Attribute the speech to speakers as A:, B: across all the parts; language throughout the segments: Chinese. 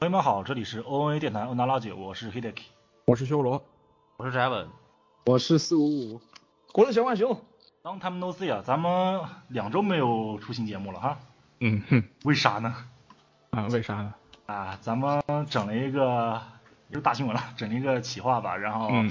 A: 朋友们好，这里是 ONA 电台欧娜拉姐，我是 Hideki，
B: 我是修罗，
C: 我是翟文，
D: 我是四五五，我是小浣熊。
A: 当他们都 see 啊，咱们两周没有出新节目了哈，
B: 嗯哼，
A: 为啥呢？
B: 啊，为啥呢？
A: 啊，咱们整了一个也是大新闻了，整了一个企划吧，然后、
B: 嗯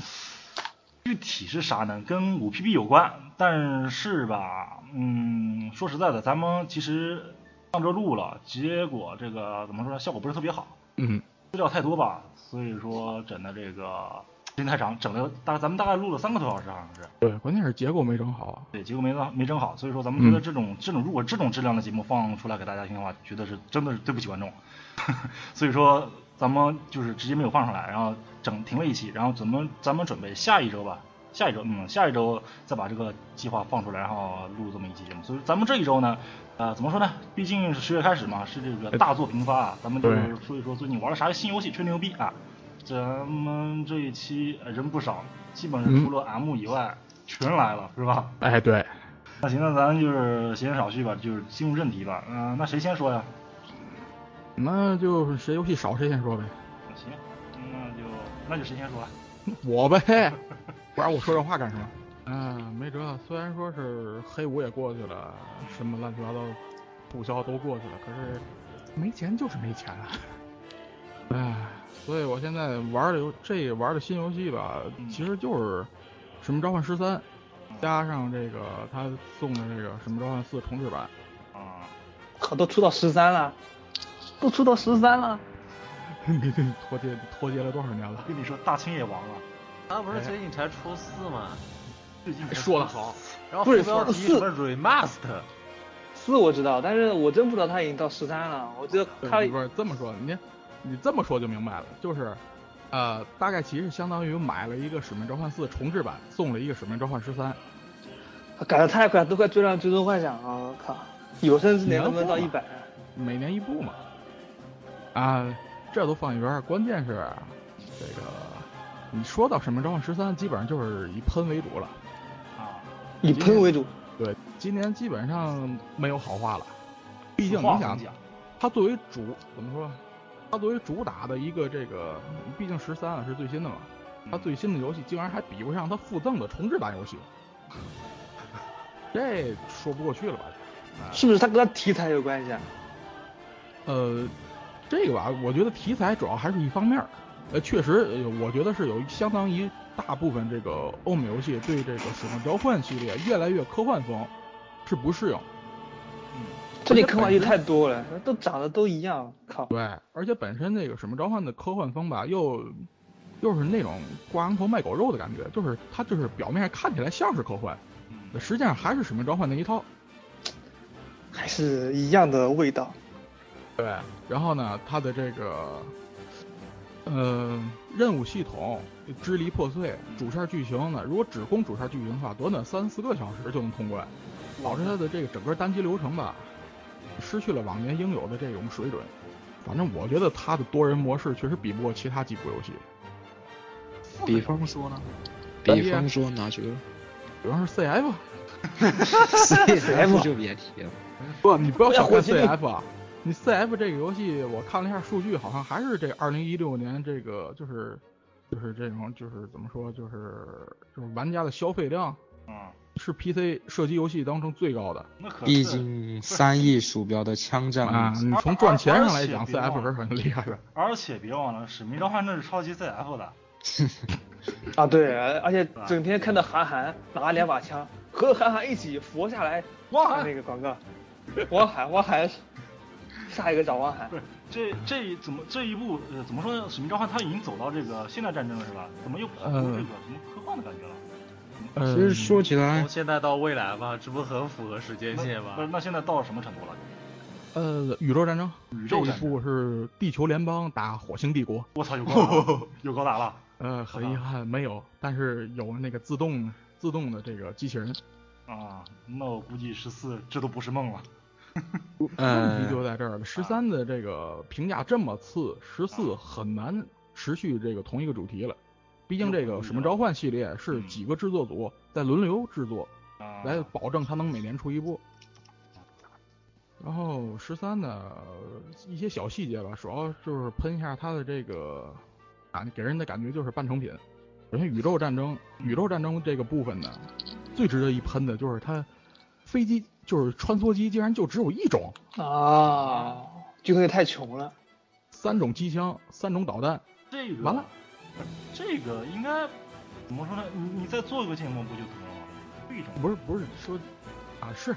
A: 具体是啥呢？跟五 PB 有关，但是吧，嗯，说实在的，咱们其实上周录了，结果这个怎么说呢，效果不是特别好，
B: 嗯，
A: 资料太多吧，所以说整的这个时间太长，整了大咱们大概录了三个多小时，好像是。
B: 对，关键是结构没整好啊。
A: 对，结果没整没整好，所以说咱们觉得这种、这种如果这种质量的节目放出来给大家听的话，觉得是真的是对不起观众， 所以说咱们就是直接没有放上来，然后整停了一期，然后咱们咱们准备下一周吧，下一周嗯下一周再把这个计划放出来，然后录这么一期节目。所以咱们这一周呢，呃怎么说呢？毕竟是十月开始嘛，是这个大作频发啊，咱们就
B: 对
A: 说一说最近玩了啥新游戏，吹牛逼啊。咱们这一期呃人不少，基本上除了 M 以外、全来了，是吧？
B: 哎，对，
A: 那行，那咱就是闲言少叙吧，就是进入正题吧。嗯、那谁先说呀？
B: 那就谁游戏少谁先说呗，
A: 行，那就那就谁先说啊吧。
B: 我呗，不然我说这话干什么？啊，没辙。虽然说是黑五也过去了，什么乱七八糟促销都过去了，可是没钱就是没钱啊。唉，所以我现在玩的游这玩的新游戏吧，其实就是《什么召唤十三》，加上这个他送的这个《什么召唤四》重置 版。
A: 啊、
D: 靠，都出到十三了，都出到十三了。
B: 你这脱节脱节了多少年了？
A: 跟你说，大清也亡了，
C: 他啊不是最近才出四吗？
A: 最
C: 哎
A: 近才
B: 说了
A: 出手
C: 然后
D: 不是
C: 副标题什
D: 四
C: 么 remaster，
D: 四我知道，但是我真不知道他已经到十三了。我觉得
B: 对
D: 他
B: 不是这么说，你你这么说就明白了，就是，呃，大概其实相当于买了一个《使命召唤四》重置版，送了一个《使命召唤十三》，
D: 赶得太快，都快追上《最终幻想》了。我靠，有生之年能不能到
B: 你
D: 一
B: 要
D: 百？
B: 每年一部嘛。啊，这都放一边儿，关键是这个，你说到《使命召唤十三》，基本上就是以喷为主了。
A: 啊！
D: 以喷为主，
B: 对，今年基本上没有好话了，毕竟
A: 此
B: 你
A: 话
B: 想
A: 怎么，讲
B: 它作为主怎么说？它作为主打的一个这个，毕竟十三啊是最新的嘛，它最新的游戏竟然还比不上它附赠的重置版游戏，这说不过去了吧？
D: 是不是？他跟他题材有关系啊？
B: 呃，这个吧，我觉得题材主要还是一方面儿，呃，确实，呃我觉得是有相当一大部分这个欧美游戏对这个《使命召唤》系列越来越科幻风是不适应。
A: 嗯
D: 这里坑话就太多了，都长得都一样。靠，
B: 对，而且本身这个《使命召唤》的科幻风吧，又又是那种挂羊头卖狗肉的感觉，就是它就是表面上看起来像是科幻，
A: 嗯
B: 实际上还是《使命召唤》那一套。
D: 还是一样的味道。
B: 对，然后呢，它的这个呃任务系统支离破碎，主线剧情呢，如果只攻主线剧情的话，短短三四个小时就能通关，导致它的这个整个单机流程吧，失去了往年应有的这种水准。反正我觉得它的多人模式确实比不过其他几部游戏。
E: 比方说呢？
B: 哎
E: 比
B: 呀
E: 方说哪球
B: 比方说 CF，
E: ？CF 就别提了。
B: 不，你不要小
D: 不
B: 看
D: 要火星
B: CF 啊！ 你 CF 这个游戏，我看了一下数据，好像还是这二零一六年这个就是就是这种就是怎么说就是就是玩家的消费量
A: 嗯，
B: 是 PC 射击游戏当中最高的
A: 那可
E: 毕
A: 是，
E: 竟三亿鼠标的枪战
B: 啊！
E: 力，
B: 你
A: 而
B: 从赚钱上
A: 而
B: 来
A: 且
B: 讲
A: 别忘
B: ，CF
A: 了
B: 是很厉害的。
A: 而且别忘了，《使命召唤》那是超级 CF 的，
D: 啊，对，而而且整天看到韩寒拿两把枪，和韩寒一起佛下来，
A: 汪
D: 看
A: 涵
D: 那个广告，汪涵，汪涵，下一个找汪涵
A: 不，是这这怎么这一部呃怎么说呢？《使命召唤》它已经走到这个现代战争了是吧？怎么又跑出这个怎么科幻的感觉了？
B: 呃，
E: 其实说起来
C: 从，现在到未来嘛，这不很符合时间线
A: 不是，
C: 吗？
A: 那现在到什么程度了？
B: 呃，宇宙战争
A: 宇
B: 这
A: 宙
B: 一
A: 战争，啊
B: 部是地球联邦打火星帝国，
A: 我操，有高达了，有高达了。
B: 呃，很遗憾没有，但是有那个自动自动的这个机器人。
A: 啊，那我估计十四这都不是梦了。
B: 问题
E: 呃，
B: 就在这儿了。十三的这个评价这么次，十四很难持续这个同一个主题了。毕竟这个《使命召唤》系列是几个制作组在轮流制作，
A: 啊，
B: 来保证它能每年出一部。然后十三呢，一些小细节吧，主要就是喷一下它的这个啊，给人的感觉就是半成品。首先，宇宙战争，宇宙战争这个部分呢，最值得一喷的就是它飞机就是穿梭机竟然就只有一种，
D: 啊，就可以太穷了。
B: 三种机枪，三种导弹，
A: 这个
B: 完了，
A: 这个应该怎么说呢？你你再做一个建模不就得了吗？这种
B: 不是不是说啊是，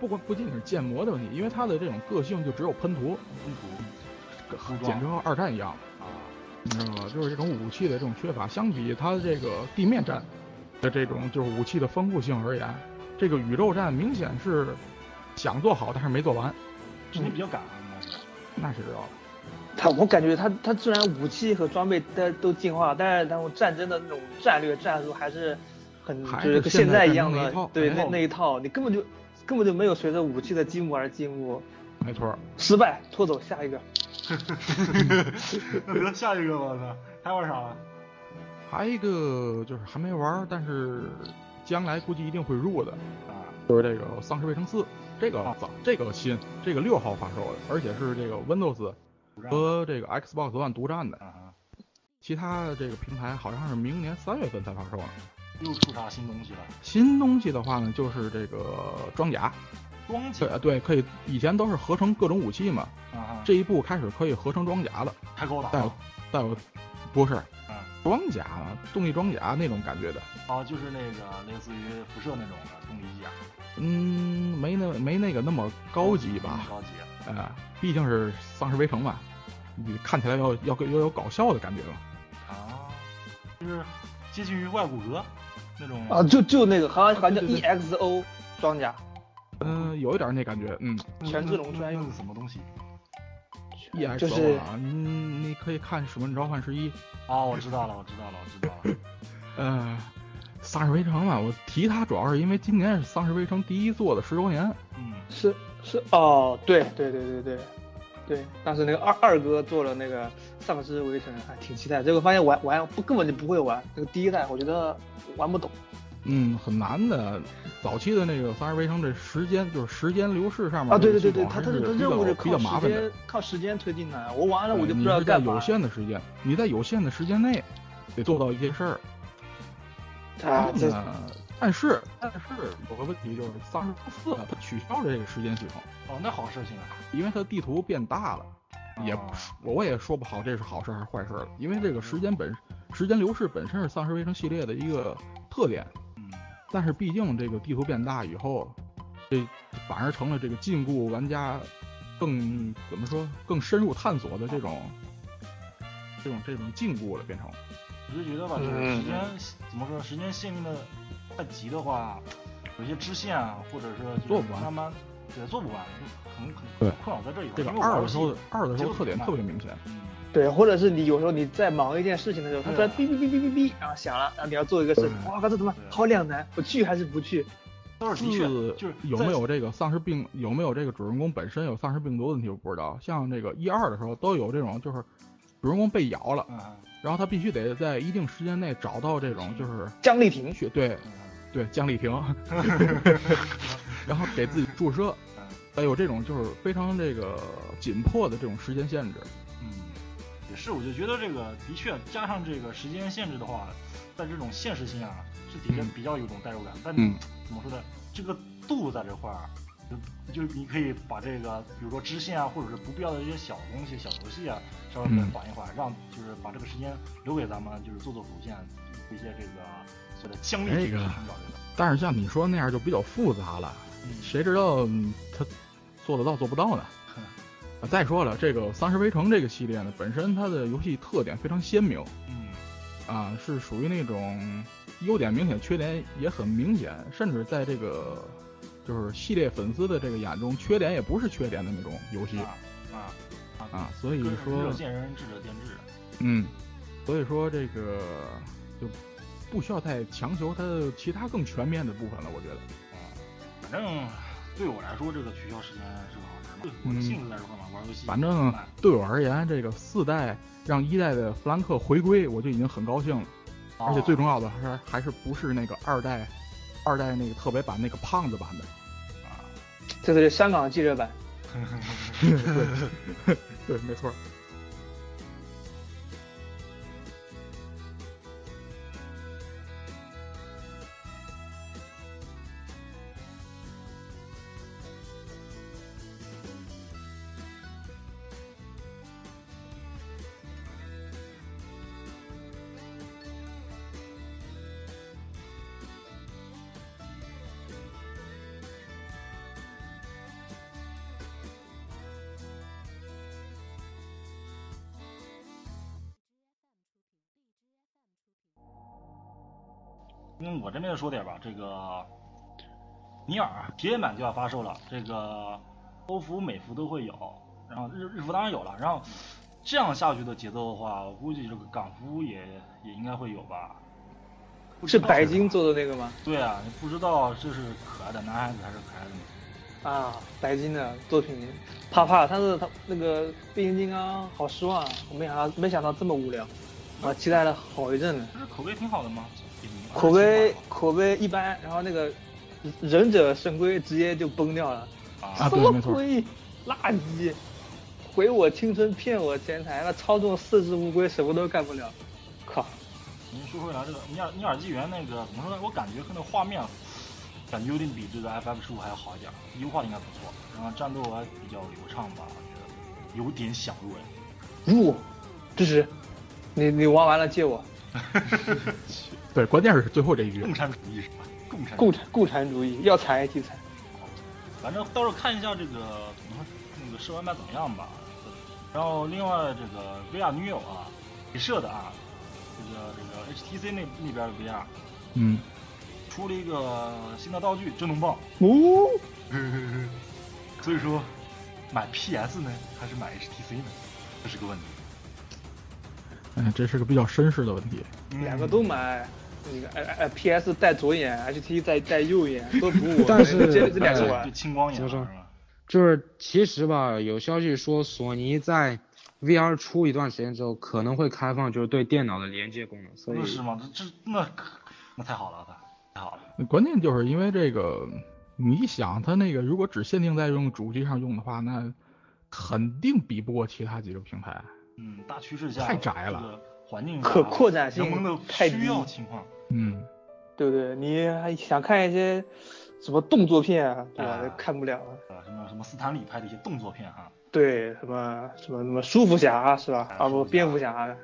B: 不管不仅仅是建模的问题，因为它的这种个性就只有喷涂，
A: 冲突服装
B: 简直和二战一样，
A: 啊，
B: 你知道吧？就是这种武器的这种缺乏，相比它这个地面战的这种就是武器的丰富性而言，这个宇宙战明显是想做好，但是没做完，
A: 这你比较赶啊，应该是。
B: 那谁知道？
D: 他，我感觉他他虽然武器和装备他都进化了，但是那种战争的那种战略战术还是很
B: 还
D: 就是
B: 是
D: 跟
B: 现代
D: 在一
B: 战
D: 样
B: 争那
D: 的
B: 一套，
D: 对
B: 哎
D: 那那一套，你根本就根本就没有随着武器的进步而进步，
B: 没错儿，
D: 失败拖走下一个。
A: 那 得 下一个吧，我操，还玩啊啥？
B: 还一个就是还没玩儿，但是将来估计一定会入的，
A: 啊，
B: 就是这个《丧尸围城四》，这个
A: 啊
B: 早，这个新，这个六号发售的，而且是这个 Windows
A: 独占
B: 和这个 Xbox One 独占的，
A: 啊哈，
B: 其他的这个平台好像是明年三月份才发售呢。
A: 又出啥新东西了？
B: 新东西的话呢，就是这个装甲，
A: 装甲
B: 对对，可以，以前都是合成各种武器嘛，
A: 啊哈，
B: 这一步开始可以合成装甲了，
A: 太高档
B: 带有
A: 了
B: 带有，不是，
A: 嗯
B: 装甲动力装甲那种感觉的，
A: 啊，就是那个类似于辐射那种的动力机啊，
B: 嗯，没那没那个那么高级吧
A: 嗯，高级。
B: 呃，毕竟是丧尸围城嘛，你看起来要要要有搞笑的感觉嘛。
A: 啊，就是接近于外骨骼那种
D: 啊，就就那个好像好像叫
B: 对对
D: EXO 装甲，
B: 嗯、有一点那感觉，嗯
D: 权志龙专用
A: 那是什么东西？
B: ，EXO 啊，
D: 就是
B: 嗯，你可以看《使命召唤十一》，
A: 哦，我知道了，我知道了，我知道了。
B: 呃，《丧尸围城》嘛，我提它主要是因为今年是《丧尸围城》第一做的十周年，
A: 嗯，
D: 是是哦，对对对对对对，当时那个二二哥做了那个丧尸围城，还挺期待。结果发现玩玩不根本就不会玩，那个第一代我觉得玩不懂。
B: 嗯，很难的。早期的那个《丧尸围城》这时间就是时间流逝嗯上面
D: 啊，对对
B: 这
D: 对
B: 个
D: 对，
B: 系
D: 他
B: 统
D: 他
B: 还
D: 他
B: 是
D: 任务是
B: 比较比较
D: 靠
B: 麻
D: 时
B: 烦的
D: 间。靠时间推进的，我玩了我就
B: 对
D: 不
B: 你
D: 知道
B: 是在
D: 干嘛啊
B: 有。限的时间，你在有限的时间内得做到一些事儿。
D: 啊，这
B: 呃，但是但是有个问题就是《丧尸四》啊它取消这个时间系统，
A: 哦，那好事情啊。
B: 因为它地图变大了，也
A: 啊
B: 我我也说不好这是好事还是坏事了，因为这个时间本时间流逝本身是《丧尸围城》系列的一个特点，
A: 嗯，
B: 但是毕竟这个地图变大以后，这反而成了这个禁锢玩家更怎么说更深入探索的这种这种这种禁锢了，变成。
A: 我就觉得吧，
B: 嗯
A: 就是时间怎么说，时间限定的太急的话，有些支线啊，或者是就是
B: 做不完
A: 慢慢对做不完，就很很
B: 对
A: 困扰在这一块。
B: 这个
A: 因为我玩游
B: 二的时
A: 戏
B: 候，二的时候特点
A: 节奏
B: 特别明显。
A: 嗯，
D: 对，或者是你有时候你在忙一件事情的时候，它突然哔
A: 对
D: 哔哔哔哔哔，然后响了，然后你要做一个事情，
B: 嗯对
D: 哇，这怎么
A: 对
D: 好两难？我去还是不去？
A: 都是的确
B: 四
A: 就是
B: 有
A: 在
B: 没有这个丧尸病，有没有这个主人公本身有丧尸病毒的问题，我不知道。像这个一二的时候都有这种，就是主人公被咬了，
A: 嗯嗯
B: 然后他必须得在一定时间内找到这种就是
D: 江丽婷
B: 血对
A: 嗯
B: 对江 丽婷，然后给自己注射，
A: 嗯
B: 再有这种就是非常这个紧迫的这种时间限制。
A: 嗯，也是，我就觉得这个的确加上这个时间限制的话，在这种现实性啊，是的确
B: 嗯
A: 比较有一种代入感。但
E: 嗯
A: 怎么说呢，这个度在这块儿，就就你可以把这个，比如说支线啊，或者是不必要的一些小东西、小游戏啊，稍微再
B: 嗯
A: 缓一缓，让就是把这个时间留给咱们，就是做做主线，一些这个所谓的枪力
B: 哎这
A: 去
B: 个
A: 寻找这个。
B: 但是像你说那样就比较复杂了，
A: 嗯，
B: 谁知道嗯他做得到做不到呢？
A: 嗯
B: 啊再说了，这个《丧尸围城》这个系列呢，本身它的游戏特点非常鲜明
A: 嗯，
B: 啊，是属于那种优点明显、缺点也很明显，甚至在这个就是系列粉丝的这个眼中，缺点也不是缺点的那种游戏
A: 啊啊啊，
B: 啊。所以
A: 个人仁
B: 说
A: 者，见仁，智者见智。
B: 嗯，所以说这个就不需要太强求它其他更全面的部分了，我觉得。
A: 反正对我来说，这个取消时间是个好事嘛。对我的
B: 嗯
A: 性格来说嘛，玩游戏
B: 反正
A: 哎
B: 对我而言，这个四代让一代的弗兰克回归，我就已经很高兴了。而且最重要的还是还是不是那个二代，二代那个特别版那个胖子版的，
D: 这是香港记者版，
B: 对，没错。
A: 嗯，我这边说点吧，这个尼尔体验版就要发售了，这个欧服、美服都会有，然后日日服当然有了，然后这样下去的节奏的话，我估计这个港服也也应该会有吧。不知
D: 是
A: 道
D: 白
A: 吧
D: 金做的那个吗？
A: 对啊，你不知道这是可爱的男孩子还是可爱的女孩
D: 啊，白金的作品，啪啪，上次他那个变形金刚好失望，啊，我没想到没想到这么无聊，我还期待了好一阵呢。
A: 子。这是口碑挺好的吗？嗯
D: 口碑口碑一般，然后那个忍者神龟直接就崩掉了，
A: 啊
B: 啊
D: 什
B: 对
D: 么
B: 没错
D: 龟垃圾，毁我青春骗我钱财，那操纵四只乌龟什么都干不了，靠！
A: 您说回来这个尼尔尼尔纪元那个怎么说呢？我感觉看那画面，感觉有点比这个 FF 十五还要好一点，优化的应该不错，然后战斗还比较流畅吧，我觉得有点想入人。
D: 入，支持，你你玩完了借我，
B: 对，关键是最后这一句
A: 共，产主义是吧？共
B: 哎
A: 产主
D: 共
A: 义。
D: 产共产主义要财即财，
A: 反正到时候看一下这个怎么说那个试玩版怎么样吧。然后另外这个 VR 女友啊，给社的啊，这个这个 HTC 那那边的 VR
B: 嗯，
A: 出了一个新的道具震动棒，
D: 哦，
A: 所以说买 PS 呢还是买 HTC 呢，这是个问题。
B: 哎，这是个比较绅士的问题。
A: 嗯
D: 嗯两个都买。你看，哎哎哎，PS 带左眼，HT 带带右眼，都补我。
E: 但是
D: 这这两个
A: 就
D: 玩
A: 就，青光眼
E: 就
A: 了
E: 是
A: 是吧？
E: 就是其实吧，有消息说索尼在 VR 出一段时间之后，可能会开放就是对电脑的连接功能，所以
A: 不是吗？这这那可那太好了，太好了。
B: 关键就是因为这个，你想它那个如果只限定在用主机上用的话，那肯定比不过其他几个平台。
A: 嗯，大趋势下
B: 太窄了，
A: 这个环境
D: 可
A: 下
D: 扩展性
A: 人们的
D: 太
A: 需
D: 低
A: 要情况。
B: 嗯，
D: 对不对？你还想看一些什么动作片啊？对吧？
A: 啊
D: 看不了了。
A: 啊，什么什么斯坦李拍的一些动作片啊，
D: 对，什么什么什么舒服侠是吧？
A: 啊
D: 啊
A: 舒服
D: 不，
A: 侠
D: 蝙蝠侠。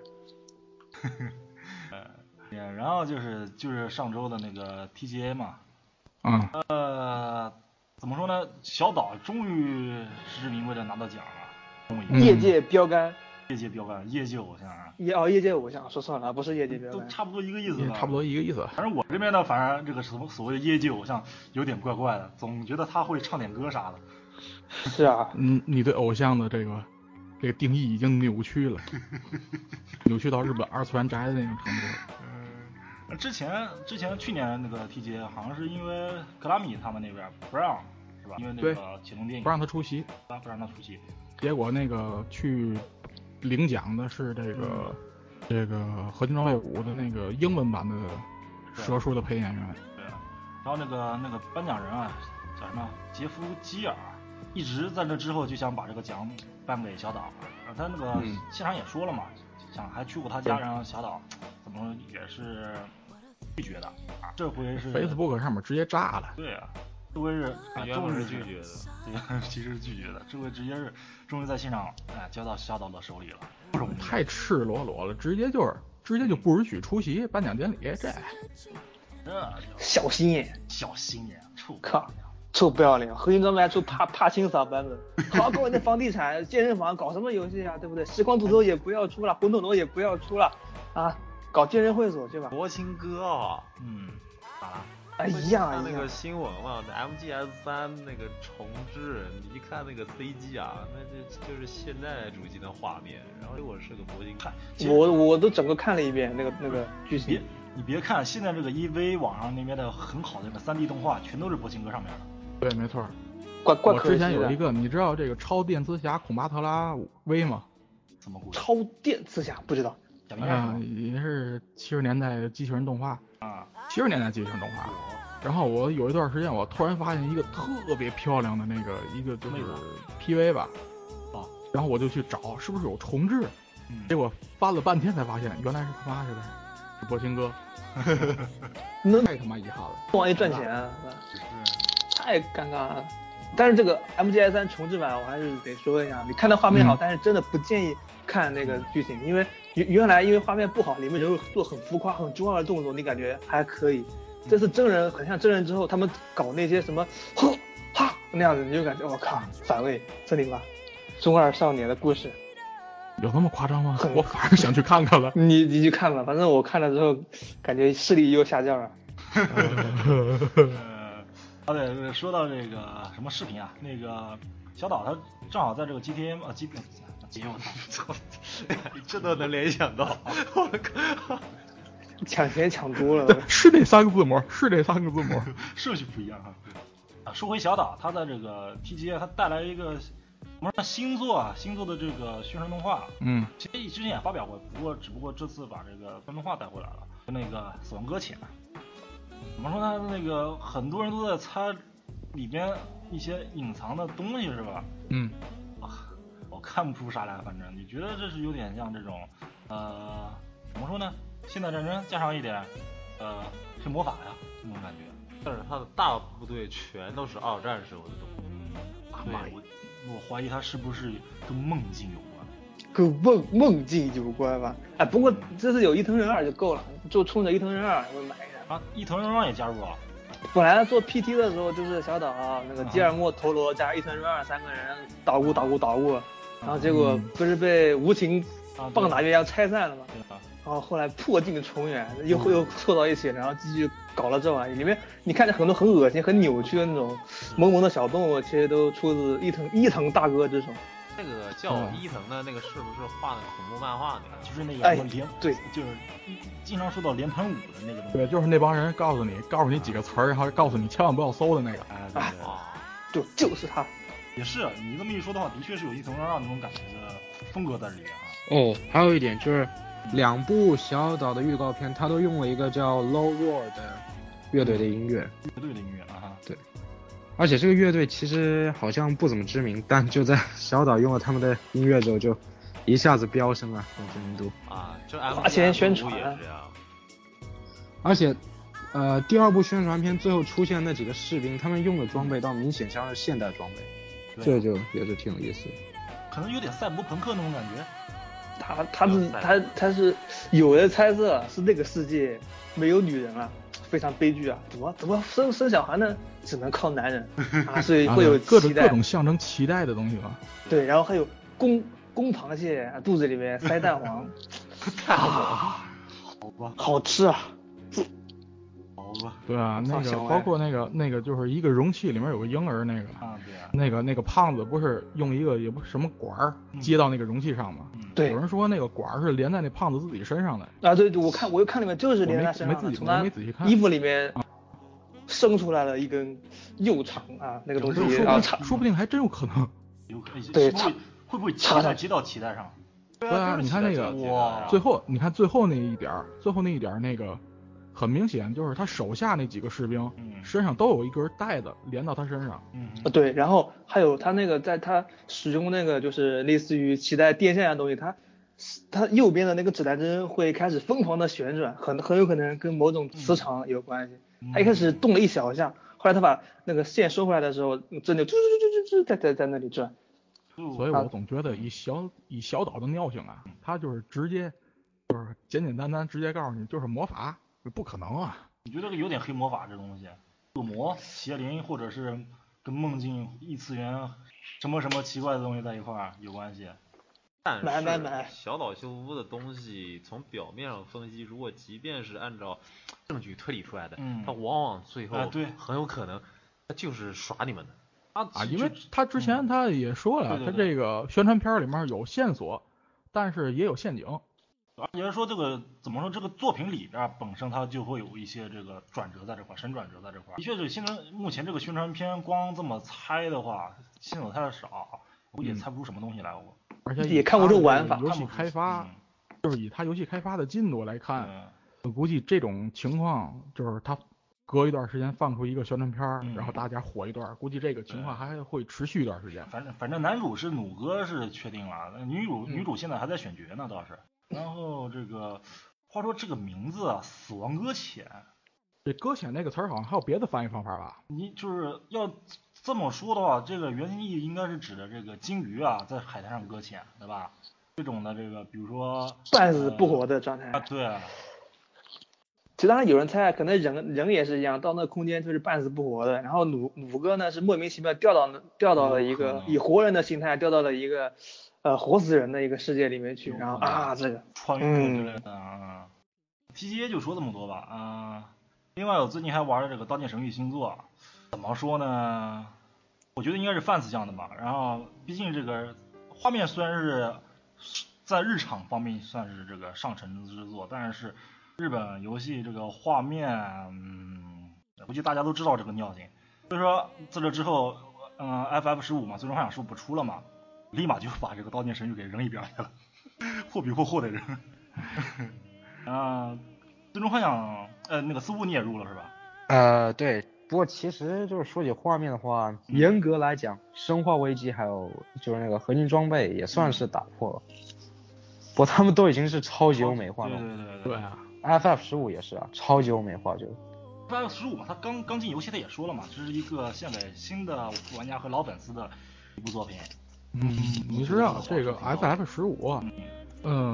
A: 也呃然后就是就是上周的那个 TGA 嘛，
B: 啊、
A: 呃，怎么说呢？小岛终于实至名归的拿到奖了，终于、
B: 嗯
D: 业界标杆，
A: 业界标杆，业界偶像啊，
D: 业哦业界偶像，说错了，不是业界标
A: 都
D: 杆。
A: 差不多一个意思
B: 也
A: 吧，
B: 差不多一个意思。
A: 反正我这边呢，反正这个什么所谓的业界偶像有点怪怪的，总觉得他会唱点歌啥的。
D: 是啊，
B: 嗯，你对偶像的这个这个定义已经扭曲了，扭曲到日本二次元宅的那种程度了。
A: 呃之前之前去年那个 TGA 好像是因为格拉米他们那边不让是吧？因为那个潜龙电影
B: 不让他出席，
A: 不让他出席。
B: 结果那个去领奖的是这个、这个《合金装备五》的那个英文版的蛇叔的配音演员。
A: 对，然后那个那个颁奖人啊，叫什么杰夫基尔，一直在这之后就想把这个奖颁给小岛，然后他那个
E: 嗯
A: 现场也说了嘛，想还去过他家，然后小岛怎么说也是拒绝的啊，这回是
B: Facebook 上面直接炸了，
A: 对啊，这回是啊，
C: 原
A: 终
C: 本
A: 于
C: 是拒绝的，
A: 这个 其实是拒绝的，这回直接是终于在现场哎交到小岛的手里了，不容易。
B: 太赤裸裸了，直接就是直接就不允许出席颁奖典礼，这
A: 这
D: 小心眼，
A: 小心眼，臭
D: 靠臭不要脸，核心装备还出怕怕清扫版本，好好搞你的房地产、健身房，搞什么游戏啊？对不对？时光图州也不要出了，魂斗罗也不要出了，啊，搞健身会所去吧。
C: 国情哥啊，
A: 嗯，咋了？
D: 啊，一样啊
C: 看
D: 一
C: 那
D: 样
C: 个。新闻嘛，MGS 三那个重置，你一看那个 CG 啊，那就就是现在主机的画面。然后我是个铂金，看
D: 我我都整个看了一遍那个那个
A: 别
D: 剧情，
A: 你别看现在这个 EV 网上那边的很好的那个 3D 动画，全都是博情哥上面的。
B: 对，没错。
D: 怪怪
B: 我
D: 可惜
B: 之前有
D: 的
B: 一个，你知道这个超电磁侠孔巴特拉威吗？
A: 怎么估计？
D: 超电磁侠，不知道
A: 假面是
B: 啊、
A: 吧
B: 也是七十年代机器人动画啊，七十年代机器人动画，然后我有一段时间，我突然发现一个特别漂亮的那个一个就是 PV 吧，
A: 啊，
B: 然后我就去找是不是有重置，
A: 嗯
B: 结果翻了半天才发现原来是他妈是的是博兴哥，
D: 那
B: 太他妈遗憾了。
D: 万一赚钱啊、太尴尬了。但是这个 MGS 三重置版，我还是得说一下，你看那画面好，
B: 嗯
D: 但是真的不建议看那个剧情，因为原原来因为画面不好，里面人物做很浮夸、很中二的动作，你感觉还可以。这次真人很像真人之后，他们搞那些什么哼哈那样子，你就感觉我靠，反胃，真的吗？中二少年的故事，
B: 有那么夸张吗
D: 很？
B: 我反而想去看看了。
D: 你你去看吧，反正我看了之后，感觉视力又下降了。
A: 呃，啊对对，说到这个什么视频啊，那个小岛他正好在这个 GTA 啊 G 节目，操，
C: 这都能联想到，我靠！
D: 抢钱抢多了，
B: 对， 是这三个字母，是这三个字 母。
A: 顺序不一样啊。啊，说回小岛，他在这个 TGA 他带来一个什么星座啊，星座的这个宣传动画，
B: 嗯，
A: 其实之前也发表过，不过只不过这次把这个分动画带回来了，跟那个《死亡搁浅》。啊怎么说呢？那个很多人都在猜里边一些隐藏的东西是吧？
B: 嗯，
A: 啊，我看不出啥来，反正你觉得这是有点像这种，呃，怎么说呢？现代战争加上一点，呃，黑魔法呀这种感觉。
C: 但是他的大部队全都是二战时候的东西，
A: 啊
C: 对
A: 妈呀，我我怀疑它是不是跟梦境有关？
D: 跟梦梦境有关吧？哎，不过这次有伊藤润二就够了，就冲着伊藤润二我买一下。
A: 啊，伊藤润二也加入了。啊
D: 本来做 PT 的时候就是小岛、啊那个吉尔莫、陀螺加伊藤润二三个人捣鼓捣鼓捣鼓，然后结果不是被无情
A: 啊，
D: 棒打鸳鸯拆散了吗？
A: 对吧？
D: 然后后来破镜重圆，又又凑到一起，然后继续搞了这玩意儿。里面你看着很多很恶心、很扭曲的那种萌萌的小动物，其实都出自伊藤伊藤大哥之手。
C: 那个叫伊藤的那个是不是画那个恐怖漫画那个？
A: 就是那
D: 哎
A: 个什么连，
D: 对，
A: 就是一经常说到连盘舞的那个东西。
B: 对，就是那帮人告诉你，告诉你几个词儿，然后告诉你千万不要搜的那个。
A: 哎，对对对，
C: 哦，
D: 就就是他。
A: 也是啊你这么一说的话，的确是有一层二那种感觉的风格在里面啊。
E: 哦，还有一点就是，两部小岛的预告片，它都用了一个叫 Low Roar 的乐队的音乐，
A: 乐队的音乐了哈，
E: 而且这个乐队其实好像不怎么知名，但就在小岛用了他们的音乐之后，就一下子飙升了那知名度。
C: 啊，这
D: 花钱宣
C: MGM
D: 传
C: 也是这样，
E: 而且，呃，第二部宣传片最后出现那几个士兵，他们用的装备倒明显像是现代装备，这
A: 对，
E: 就也是挺有意思的。
A: 可能有点赛博朋克那种感觉。
D: 他他是他他是有人猜测是那个世界没有女人了，非常悲剧啊！怎么怎么生生小孩呢？只能靠男人啊，所以会有
B: 啊各种
D: 期
B: 各
D: 待。
B: 种象征脐带的东西啊吧。
D: 对，然后还有公公螃蟹啊肚子里面塞蛋黄，
A: 好吧，
D: 好吃啊！
A: 好吧，
B: 对啊，那
D: 放
B: 个
D: 小玩意儿
B: 包括那个那个就是一个容器里面有个婴儿那个，
A: 啊对啊，
B: 那个那个胖子不是用一个也不什么管儿
A: 嗯
B: 接到那个容器上吗？
A: 嗯，
D: 对
B: 有人说那个管儿是连在那胖子自己身上的，
D: 啊，对，对我看我又看里面就是
B: 我没
D: 连在他身
B: 没
D: 上
B: 自
D: 的，
B: 己
D: 从
B: 我
D: 他
B: 没仔细看
D: 衣。服里面生出来了一根又长啊那个东
B: 说不
D: 西
B: 定
D: 啊插
B: 说不定还真有可能。
A: 有可能会
D: 对
A: 不会会不会接到接到脐带上？
C: 对
B: 对啊
C: 就是
B: 你看
C: 期待
B: 那个
C: 期待
A: 哇
B: 最后你看最后那一点儿，最后那一点儿那个，很明显就是他手下那几个士兵
A: 嗯
B: 身上都有一根带子连到他身上。
A: 嗯，
D: 啊，对，然后还有他那个，在他使用那个就是类似于脐带电线啊一样的东西，他他右边的那个指南针会开始疯狂的旋转，很很有可能跟某种磁场有关系。
A: 嗯
D: 他一开始动了一小下，后来他把那个线收回来的时候，针就啾啾啾啾啾在在在那里转。
B: 所以
A: 就
B: 我总觉得以小以小岛的尿性啊，他就是直接就是简简单单直接告诉你就是魔法，不可能啊！
A: 你觉得有点黑魔法这东西，恶魔、邪灵或者是跟梦境、异次元什么什么奇怪的东西在一块儿有关系？
C: 但
D: 买
C: 是
D: 买买
C: 小岛秀夫的东西，从表面上分析，如果即便是按照证据推理出来的，
A: 嗯
C: 他往往最后、
A: 哎对
C: 很有可能他就是耍你们的。
A: 啊
B: 啊，因为他之前他也说
A: 对
B: 了，
A: 对
B: 他
A: 对
B: 这个宣传片里面有线索，但是也有陷阱。
A: 而且是说这个怎么说，这个作品里边儿本身它就会有一些这个转折在这块儿，神转折在这块儿。的确是现在目前这个宣传片光这么猜的话，线索太少，我估计也
B: 嗯
A: 猜不出什么东西来。我
B: 而且
D: 也
B: 以
D: 看过
B: 他
D: 这
B: 的
D: 玩法
B: 游
A: 看
B: 戏
A: 不出
B: 开发
A: 嗯
B: 就是以他游戏开发的进度来看，
A: 嗯
B: 我估计这种情况就是他隔一段时间放出一个宣传片儿，
A: 嗯
B: 然后大家火一段儿，估计这个情况还会持续一段时间。
A: 反正反正男主是弩哥是确定了，那女主女主现在还在选角呢倒是。然后这个话说这个名字啊，死亡搁浅，
B: 这搁浅那个词儿好像还有别的翻译方法吧？
A: 你就是要这么说的话，这个原意应该是指的这个鲸鱼啊在海滩上搁浅，对吧？这种的这个，比如说
D: 半死不活的状态。
A: 啊，对，
D: 其他有人猜，可能人人也是一样，到那空间就是半死不活的。然后弩弩哥呢是莫名其妙掉到那掉到了一
A: 有可
D: 个
A: 能
D: 以活人的形态掉到了一个呃活死人的一个世界里面去，
A: 有
D: 然后
A: 可能
D: 啊这个
A: 穿越之类的啊。TGA 就说这么多吧啊。另外，我最近还玩了这个《刀剑神域》星座，怎么说呢？我觉得应该是 fans 向的吧。然后，毕竟这个画面虽然是在日常方面算是这个上乘之作，但是日本游戏这个画面，嗯，估计大家都知道这个尿性。所以说，自这之后，嗯、f f 十五嘛，最终幻想十五不出了嘛，立马就把这个《刀剑神域》给扔一边去了。或比或或 的人。啊、最终幻想，呃，那个似乎你也入了是吧？
E: 呃，对。不过其实就是说起画面的话，严格来讲，《生化危机》还有就是那个合金装备也算是打破了。嗯哦不，他们都已经是超级欧美化
A: 对
E: 了。
A: 对对
B: 对
A: 对。
B: 啊，
E: FF 十五也是啊，超级欧美化就。
A: F 十五嘛，他刚刚进游戏，他也说了嘛，这是一个献给新的玩家和老粉丝的一部作品。
B: 嗯，你知道这个 FF 十五啊
A: 嗯，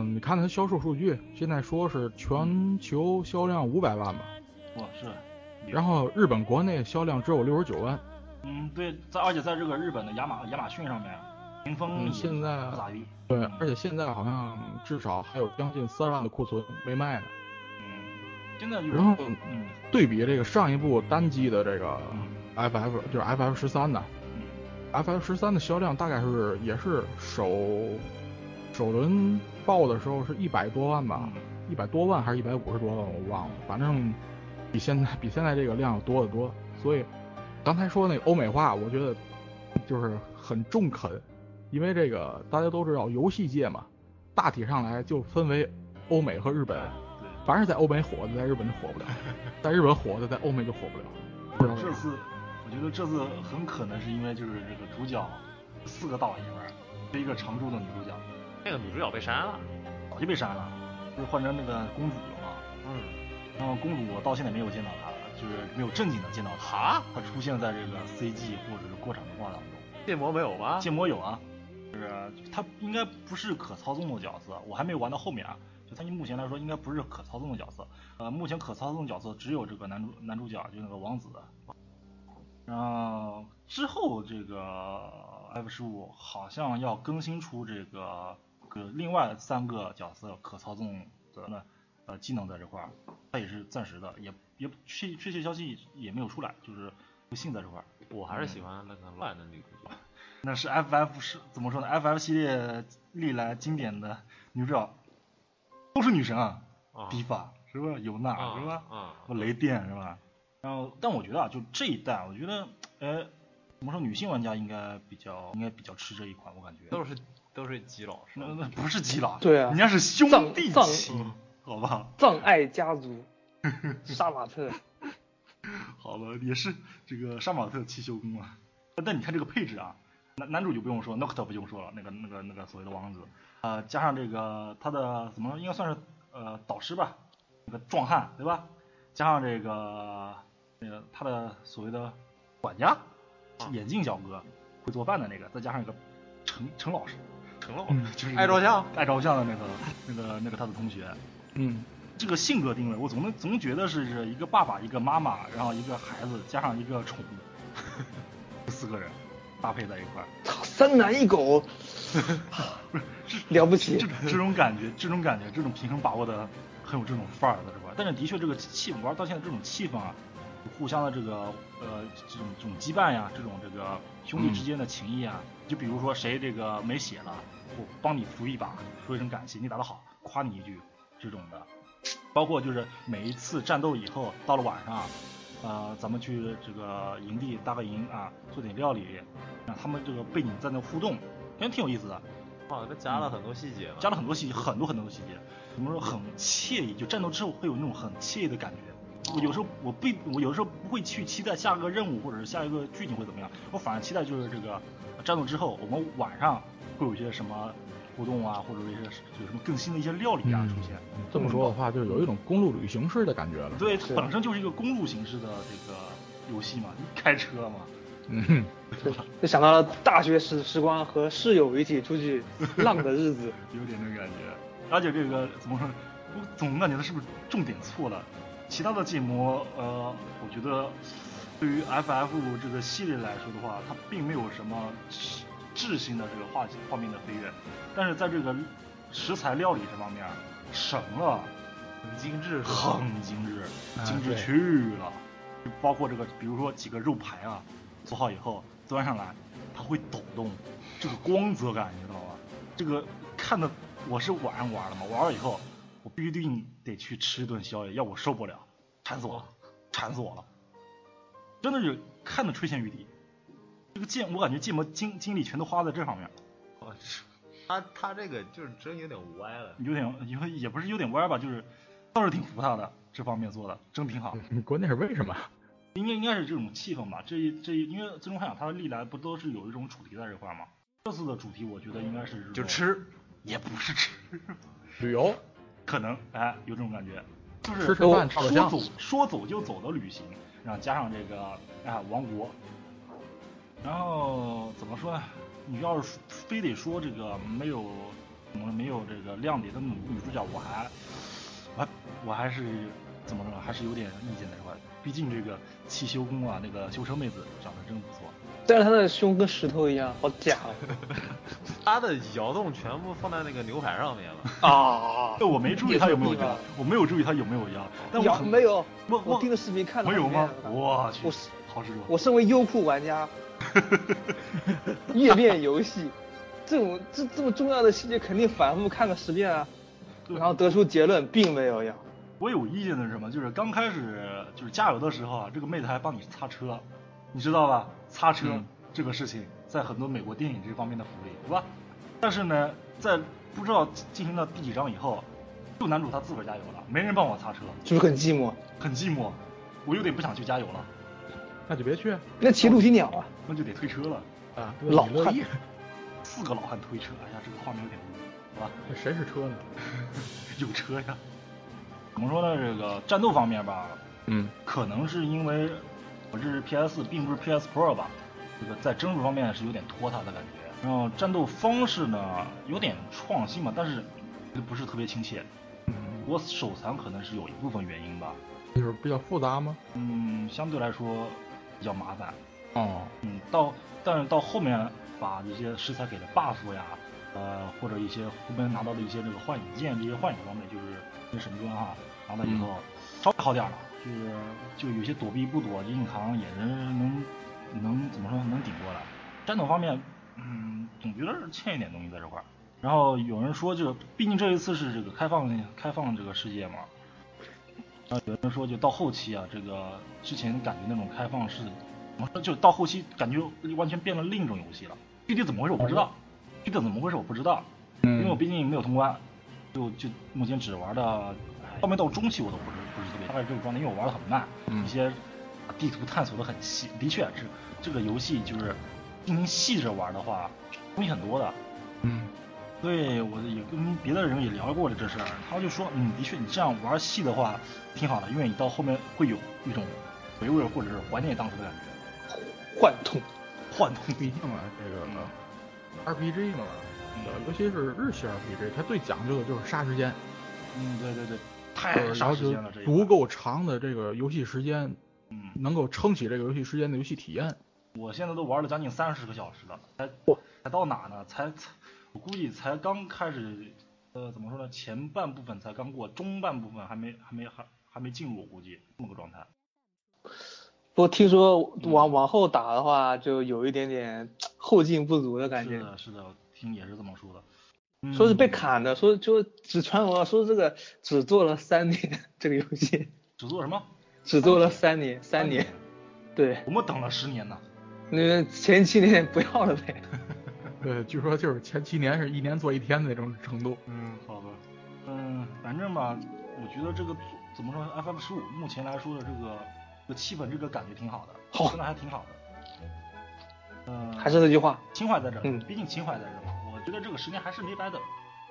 B: 嗯，你看它销售数据，现在说是全球销量五百万吧，
A: 我是。
B: 然，后日本国内销量只有六十九万。
A: 嗯，对，在而且在这个日本的亚马亚马逊上面，评分
B: 嗯，
A: 也
B: 现在
A: 不咋地。
B: 对，而且现在好像至少还有将近三万的库存没卖呢。
A: 嗯，现在就是，
B: 然后
A: 嗯
B: 对比这个上一部单机的这个
A: 嗯
B: FF，就是 FF 十三的
A: 嗯
B: FF 十三的销量大概是也是首首轮爆的时候是一百多万吧，
A: 嗯
B: 一百多万还是一百五十多万我忘了，反正比现在比现在这个量要多得多。所以刚才说那个欧美化，我觉得就是很中肯，因为这个大家都知道，游戏界嘛，大体上来就分为欧美和日本，
A: 对，
B: 凡是在欧美火的，在日本就火 不了；在日本火的，在欧美就火不了。不知道为啥
A: 这次我觉得这次很可能是因为就是这个主角四个大老爷们儿，是一个常驻的女主角。
C: 那个女主角被删了。
A: 早就被删了，就是换成那个公主了嘛。
C: 嗯，
A: 然后公主我到现在没有见到她了，就是没有正经的见到她。
C: 哈，
A: 她出现在这个 CG 或者是过场动画当中。
C: 建模没有吗？
A: 建模有啊，就是她应该不是可操纵的角色，我还没有玩到后面啊。就她目前来说应该不是可操纵的角色，呃，目前可操纵的角色只有这个男主男主角，就那个王子。然后之后这个 F 十五好像要更新出这个个另外三个角色可操纵的那呃技能在这块儿，它也是暂时的，也也确确切消息也没有出来，就是不信在这块儿。
C: 我还是喜欢那个乱的女主
A: 啊
C: 角。
A: 那是 FF 是怎么说呢？FF 系列历来经典的女主角都是女神啊，
C: 啊
A: 迪法是吧？尤娜
C: 啊
A: 是吧？
C: 啊，
A: 什么雷电是吧？然后，但我觉得啊，就这一代，我觉得，呃，怎么说，女性玩家应该比较应该比较吃这一款，我感觉。
C: 都是都是基佬是
A: 那
C: 吧？
A: 那不是基佬，
D: 对啊嗯
A: 人家是兄弟
D: 藏
A: 情，好吧？
D: 葬爱 家族，杀马特，
A: 好吧，也是这个杀马特汽修工啊。 但你看这个配置啊，男男主就不用说，Nocta 不用说了，那个那个那个所谓的王子，呃，加上这个他的怎么说应该算是呃导师吧，那个壮汉对吧？加上这个那个他的所谓的管家，眼镜小哥，会做饭的那个，再加上一个陈陈老师，
C: 成了，
A: 嗯就是
C: 爱照相。
A: 爱照相的那个那个那个他的同学，
B: 嗯，
A: 这个性格定位，我总能总觉得是这一个爸爸，一个妈妈，然后一个孩子，加上一个宠物， 四个人搭配在一块儿，
D: 操三男一 狗，了不起
A: 这，这种感觉，这种感觉，这种平衡把握的很有这种范儿的是吧？但是的确，这个气玩到现在这种气氛啊，互相的这个呃这种这种羁绊呀，这种这个兄弟之间的情谊啊，就比如说谁这个没血了，我帮你扶一把，说一声感谢，你打得好，夸你一句，这种的。包括就是每一次战斗以后，到了晚上，呃，咱们去这个营地搭个营啊，做点料理，让他们这个背景在那互动，真挺有意思的。
C: 哇，这啊加了很多细节了。
A: 嗯加了很多细节，很多很多的细节，怎么说很惬意？就战斗之后会有那种很惬意的感觉，我有时候我并我有时候不会去期待下个任务或者是下一个剧情会怎么样，我反而期待就是这个战斗之后，我们晚上会有一些什么活动啊，或者一些有什么更新的一些料理啊
B: 嗯
A: 出现。
B: 这么说的话，就有一种公路旅行式的感觉了。
A: 对，
E: 是
A: 它本身就是一个公路形式的这个游戏嘛，你开车嘛，
B: 嗯，
D: 就想到了大学时时光和室友一起出去浪的 日子。
A: 有点那个感觉。而且这个怎么说，我总感觉它是不是重点错了？其他的建模，呃，我觉得对于 FF 这个系列来说的话，它并没有什么质质性的这个画画面的飞跃，但是在这个食材料理这方面，神了，
C: 很精致，
A: 很精致，
B: 啊
A: 精致
B: 对
A: 去了。包括这个，比如说几个肉排啊，做好以后端上来，它会抖动，这个光泽感，你知道吧？这个看的我是晚上玩的嘛，玩了以后，我必定得去吃一顿宵夜，要我受不了，馋死我了，馋死我了，真的是看的垂涎欲滴。这个建，我感觉建模精精力全都花在这方面了，
C: 我去，啊他他这个就是真有点歪了。
A: 有点因为也不是有点歪吧，就是倒是挺服他的，这方面做的真挺好。
B: 关键是为什么？
A: 应该应该是这种气氛吧。这一这一因为最终幻想它历来不都是有一种主题在这块儿吗？这次的主题我觉得应该是这种
C: 就，吃，
A: 也不是吃，
B: 旅游
A: 可能哎有这种感觉，就是
B: 吃吃饭照
A: 说
B: 照相
A: 走说走就走的旅行，然后加上这个哎王国，然后怎么说呢？你要是非得说这个没有怎么没有这个亮点的女女主角，我还我还我还是怎么说呢？还是有点意见在这块儿。毕竟这个汽修工啊，那个修车妹子长得真不错。
D: 但是他的胸跟石头一样，好假
C: 他的摇动全部放在那个牛排上 面了。
D: 啊！
A: 对，我没注意他有没有
D: 你说
A: 腰
D: 的，
A: 我没有注意他有没有腰，但我
D: 有
A: 很
D: 没有？
A: 我
D: 我
A: 我
D: 盯着视频看了。
A: 我有吗？
D: 我
A: 我去，
D: 我是
A: 好执着。
D: 我身为优酷 玩家，页面游戏这种这这么重要的细节肯定反复看个十遍啊，
A: 对
D: 然后得出结论并没有要。
A: 我有意见的是什么？就是刚开始就是加油的时候啊，这个妹子还帮你擦车，你知道吧？擦车、
B: 嗯
A: 这个事情在很多美国电影这方面的福利，对吧？但是呢，在不知道进行到第几章以后，就男主他自个儿加油了，没人帮我擦车，
D: 是不是很寂寞？
A: 很寂寞，我有点不想去加油了，
B: 那就别去
D: 那骑陆地鸟啊，
A: 那就得推车了。
B: 啊，
D: 老
B: 你乐
D: 汉
B: 意。
A: 四个老汉推车，哎呀，这个画面有点污，对吧？
B: 这谁是车呢？
A: 有车呀。怎么说呢？这个战斗方面吧，
B: 嗯，
A: 可能是因为我这是 PS，并不是 PS Pro 吧，这个在帧数方面是有点拖沓的感觉。然后战斗方式呢，有点创新吧，但是不是特别亲切。我手残可能是有一部分原因吧，
B: 就是比较复杂吗？
A: 嗯，相对来说比较麻烦。
B: 哦，
A: 嗯，到但是到后面把一些食材给的 buff 呀，呃，或者一些后面拿到的一些这个幻影剑这些幻影方面，就是那神装哈，啊拿到以后、稍微好点儿了，就是就有些躲避不躲，硬扛也是能能怎么说能顶过来。战斗方面，嗯，总觉得是欠一点东西在这块儿。然后有人说，这个毕竟这一次是这个开放开放这个世界嘛，然后有人说，就到后期啊，这个之前感觉那种开放式，怎么说，就到后期感觉完全变了另一种游戏了。具体怎么回事我不知道，具体怎么回事我不知道，因为我毕竟没有通关，就就目前只玩的，后面到中期我都不是不是特别大概这个状态，因为我玩的很慢，
B: 嗯
A: 一些啊地图探索的很细，的确是这个游戏就是进行细致玩的话，东西很多的。
B: 嗯，
A: 对，我也跟别的人也聊过了这事儿，他就说，嗯，的确，你这样玩戏的话挺好的，因为你到后面会有一种回味或者是怀念当时的感觉，
D: 幻痛。
A: 幻痛。
B: 毕竟啊，这个
A: 嗯
B: RPG 嘛，嗯尤其是日系 RPG，它最讲究的就是杀时间，
A: 嗯，对对对，
B: 就
A: 太
B: 是
A: 杀
B: 要
A: 时
B: 求
A: 间了，嗯这一
B: 足
A: 款。
B: 够长的这个游戏时间，
A: 嗯，
B: 能够撑起这个游戏时间的游戏体验。
A: 我现在都玩了将近三十个小时了，才
D: 哇
A: 才到哪呢？才才，我估计才刚开始，呃，怎么说呢？前半部分才刚过，中半部分还没还没还还没进入，我估计这么个状态。
D: 不过听说
A: 嗯
D: 往往后打的话，就有一点点后劲不足的感
A: 是
D: 觉。
A: 的，是的，我听也是这么说的。嗯、
D: 说是被砍的，说就只传闻啊说这个只做了三年， 这个游戏
A: 只做什么？
D: 只做了三年，三年，对，
A: 我们等了十年呢。
D: 那前七年不要了呗。
B: 对，据说就是前七年是一年做一天的那种程度。
A: 嗯，好吧。嗯，反正吧，我觉得这个作怎么说 FF 十五目前来说的这个这个气氛这个感觉挺好的，
D: 好
A: 真的还挺好的。嗯、
D: 还是那句话，
A: 情怀在这儿，
D: 嗯
A: 毕竟情怀在这儿嘛。我觉得这个十年还是没白等，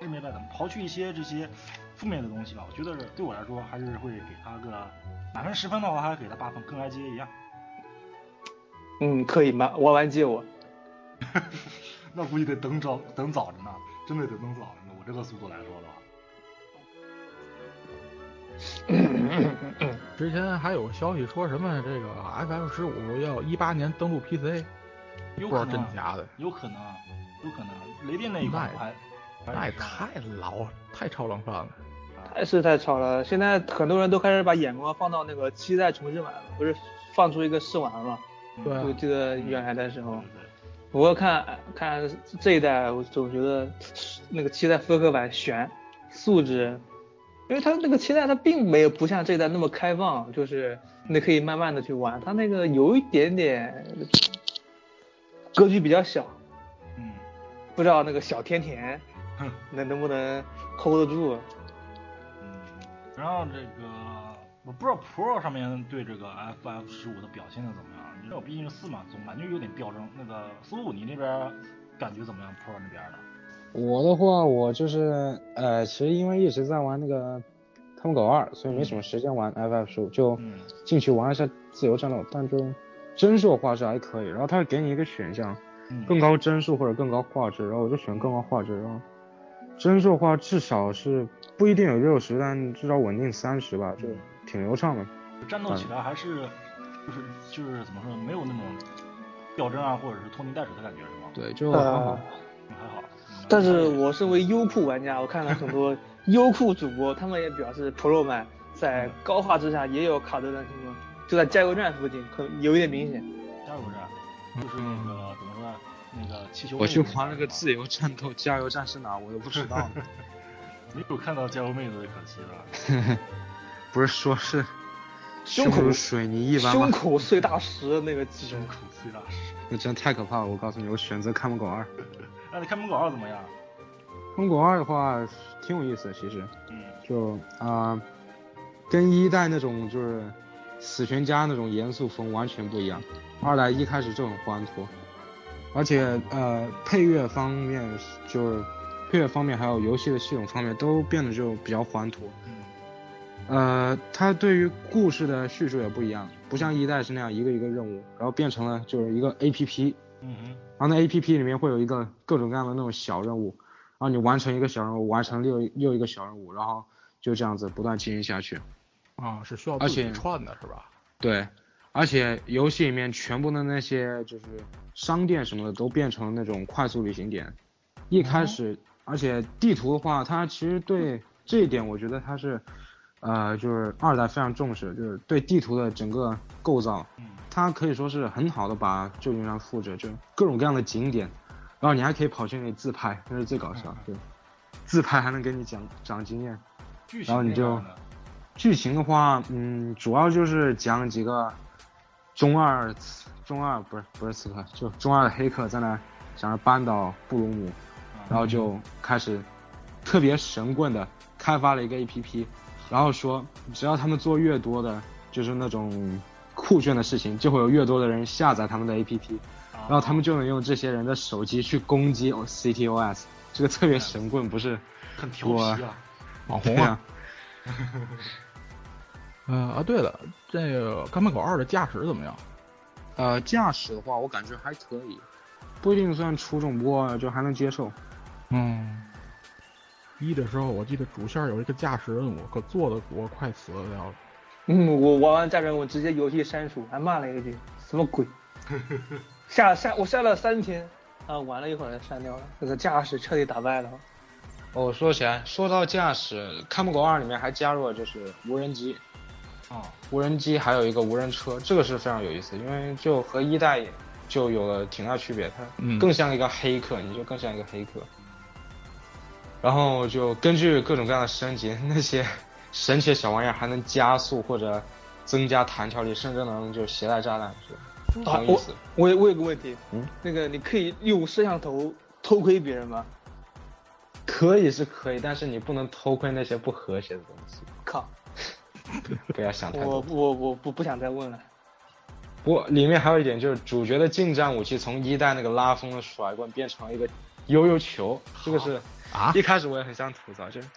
A: 是没白等。刨去一些这些负面的东西吧，我觉得对我来说还是会给他个满分十分的话，还是给他八分，跟 IGA 一样。
D: 嗯，可以吗？玩完借我，
A: 那估计得等早等早着呢，真的得等早着呢。我这个速度来说的话，
B: 之前还有消息说什么这个 FF 十五要一八年登陆 PC，
A: 有
B: 不
A: 可
B: 知道
A: 能
B: 真
A: 啊
B: 假的，
A: 有可能啊，有可能。雷电那一款
B: 那
A: 还
B: 那
A: 还
B: 也
A: 是上
B: 哎太老太超冷饭了。
D: 还是太吵了。现在很多人都开始把眼光放到那个七代重置版了，不是放出一个试玩嘛？
A: 嗯
B: 对啊
D: 我记得原来的时候
A: 对，对对
D: 不过看看这一代，我总觉得那个七代复刻版悬，素质，因为它那个七代它并没有不像这一代那么开放，就是你可以慢慢的去玩，它那个有一点点格局比较小，
A: 嗯，
D: 不知道那个小甜甜
B: 嗯
A: 哼
D: 能能不能 hold 得住。
A: 嗯，然后这个我不知道 Pro 上面对这个 FF 十五的表现的怎么样？你知道，毕竟是四嘛，总感觉有点掉帧。那个苏鲁，你那边感觉怎么样？Pro 那边的？
E: 我的话，我就是呃，其实因为一直在玩那个《汤姆狗二》，所以没
D: 嗯
E: 什么时间玩 FF 十五，就
A: 嗯
E: 进去玩一下自由战斗，但就帧数画质还可以。然后它会给你一个选项，
A: 嗯，
E: 更高帧数或者更高画质，然后我就选更高画质。然后帧数的话，至少是不一定有六十，但至少稳定三十吧，
D: 嗯
E: 就挺流畅的。
A: 战斗起来还是就是就是怎么说，没有那种掉帧啊，或者是拖泥带水的感觉是吗？
E: 对，就还好
D: 呃。，
A: 嗯还好。嗯
D: 但
E: 哎
D: 是我身为优酷玩家，我看了很 多优酷主播，他们也表示 Pro 版在高画质下也有卡顿的情况，就在加油站附近，很有一点明显。
A: 加油站就是那个怎么说呢？那个气球妹
E: 我去
A: 那边
E: 玩了个
A: 是吧
E: 自由战斗，加油站是哪我都不知道呢。
A: 没有看到加油妹子，可惜了。
E: 不是说是
D: 胸口
E: 如水泥一般
D: 胸
E: 吗？
D: 口碎大石那个肌肉
A: 胸，口碎大石。
E: 那真太可怕了！我告诉你，我选择看门狗二。
A: 那你看门狗二怎么样？
E: 看门狗二的话挺有意思的，其实
A: 嗯
E: 就啊、呃跟一代那种就是死全家那种严肃风完全不一样。二代一开始就很欢脱，而且呃配乐方面就是配乐方面还有游戏的系统方面都变得就比较欢脱。
A: 嗯
E: 呃，它对于故事的叙述也不一样，不像一代是那样一个一个任务，然后变成了就是一个 A P P，
A: 嗯哼。
E: 然后那 A P P 里面会有一个各种各样的那种小任务，然后你完成一个小任务，完成又又一个小任务，然后就这样子不断进行下去。
B: 啊，是需要
E: 而
B: 自己
E: 且
B: 串的是吧？
E: 对，而且游戏里面全部的那些就是商店什么的都变成那种快速旅行点。一开始，而且地图的话，它其实对这一点，我觉得它是，呃，就是二代非常重视，就是对地图的整个构造，
A: 嗯
E: 它可以说是很好的把旧金山复制，就各种各样的景点，然后你还可以跑去那里自拍，那是最搞笑的，对，自拍还能给你讲长经验。
A: 剧情
E: 然后你
A: 这
E: 就
A: 块呢
E: 剧情的话，嗯，主要就是讲几个中二刺中二不是不是刺客，就中二的黑客在那儿想着扳倒布鲁姆，然后就开始特别神棍的开发了一个 APP，然后说只要他们做越多的，就是那种酷炫的事情，就会有越多的人下载他们的 APP，
A: 啊
E: 然后他们就能用这些人的手机去攻击 CTOS，这个特别神棍不是？
A: 很调皮啊。
B: 网红
E: 对
B: 啊
E: 呀、，
B: 呃啊，对了，这个看门狗二的驾驶怎么样？
E: 呃，驾驶的话，我感觉还可以，不一定算出众，不过就还能接受。
B: 嗯，一的时候我记得主线有一个驾驶任务，可做的我快死了要。
D: 嗯，我玩完战争我直接游戏删除，还骂了一句什么 鬼，下下我下了三天，啊，玩了一会儿删掉了，那个驾驶彻底打败了。
E: 哦，说起来，说到驾驶，《看门狗二》里面还加入了就是无人机，
A: 啊，
E: 无人机还有一个无人车，这个是非常有意思，因为就和一代就有了挺大区别，它
B: 嗯
E: 更像一个黑客，你就更像一个黑客。然后就根据各种各样的升级，那些 神奇的小玩意儿还能加速或者增加弹跳力，甚至能就携带炸弹，就
D: 啊
E: 挺有意思。
D: 我有我有个问题，
E: 嗯
D: 那个你可以用摄像头偷窥别人吗？
E: 可以是可以，但是你不能偷窥那些不和谐的东西。
D: 靠，
E: 不要想太
D: 我
E: 多。
D: 我我不不想再问了。
E: 不过里面还有一点就是主角的近战武器从一代那个拉风的甩棍变成了一个悠悠球，这个是
B: 啊
E: 一开始我也很想吐槽，就是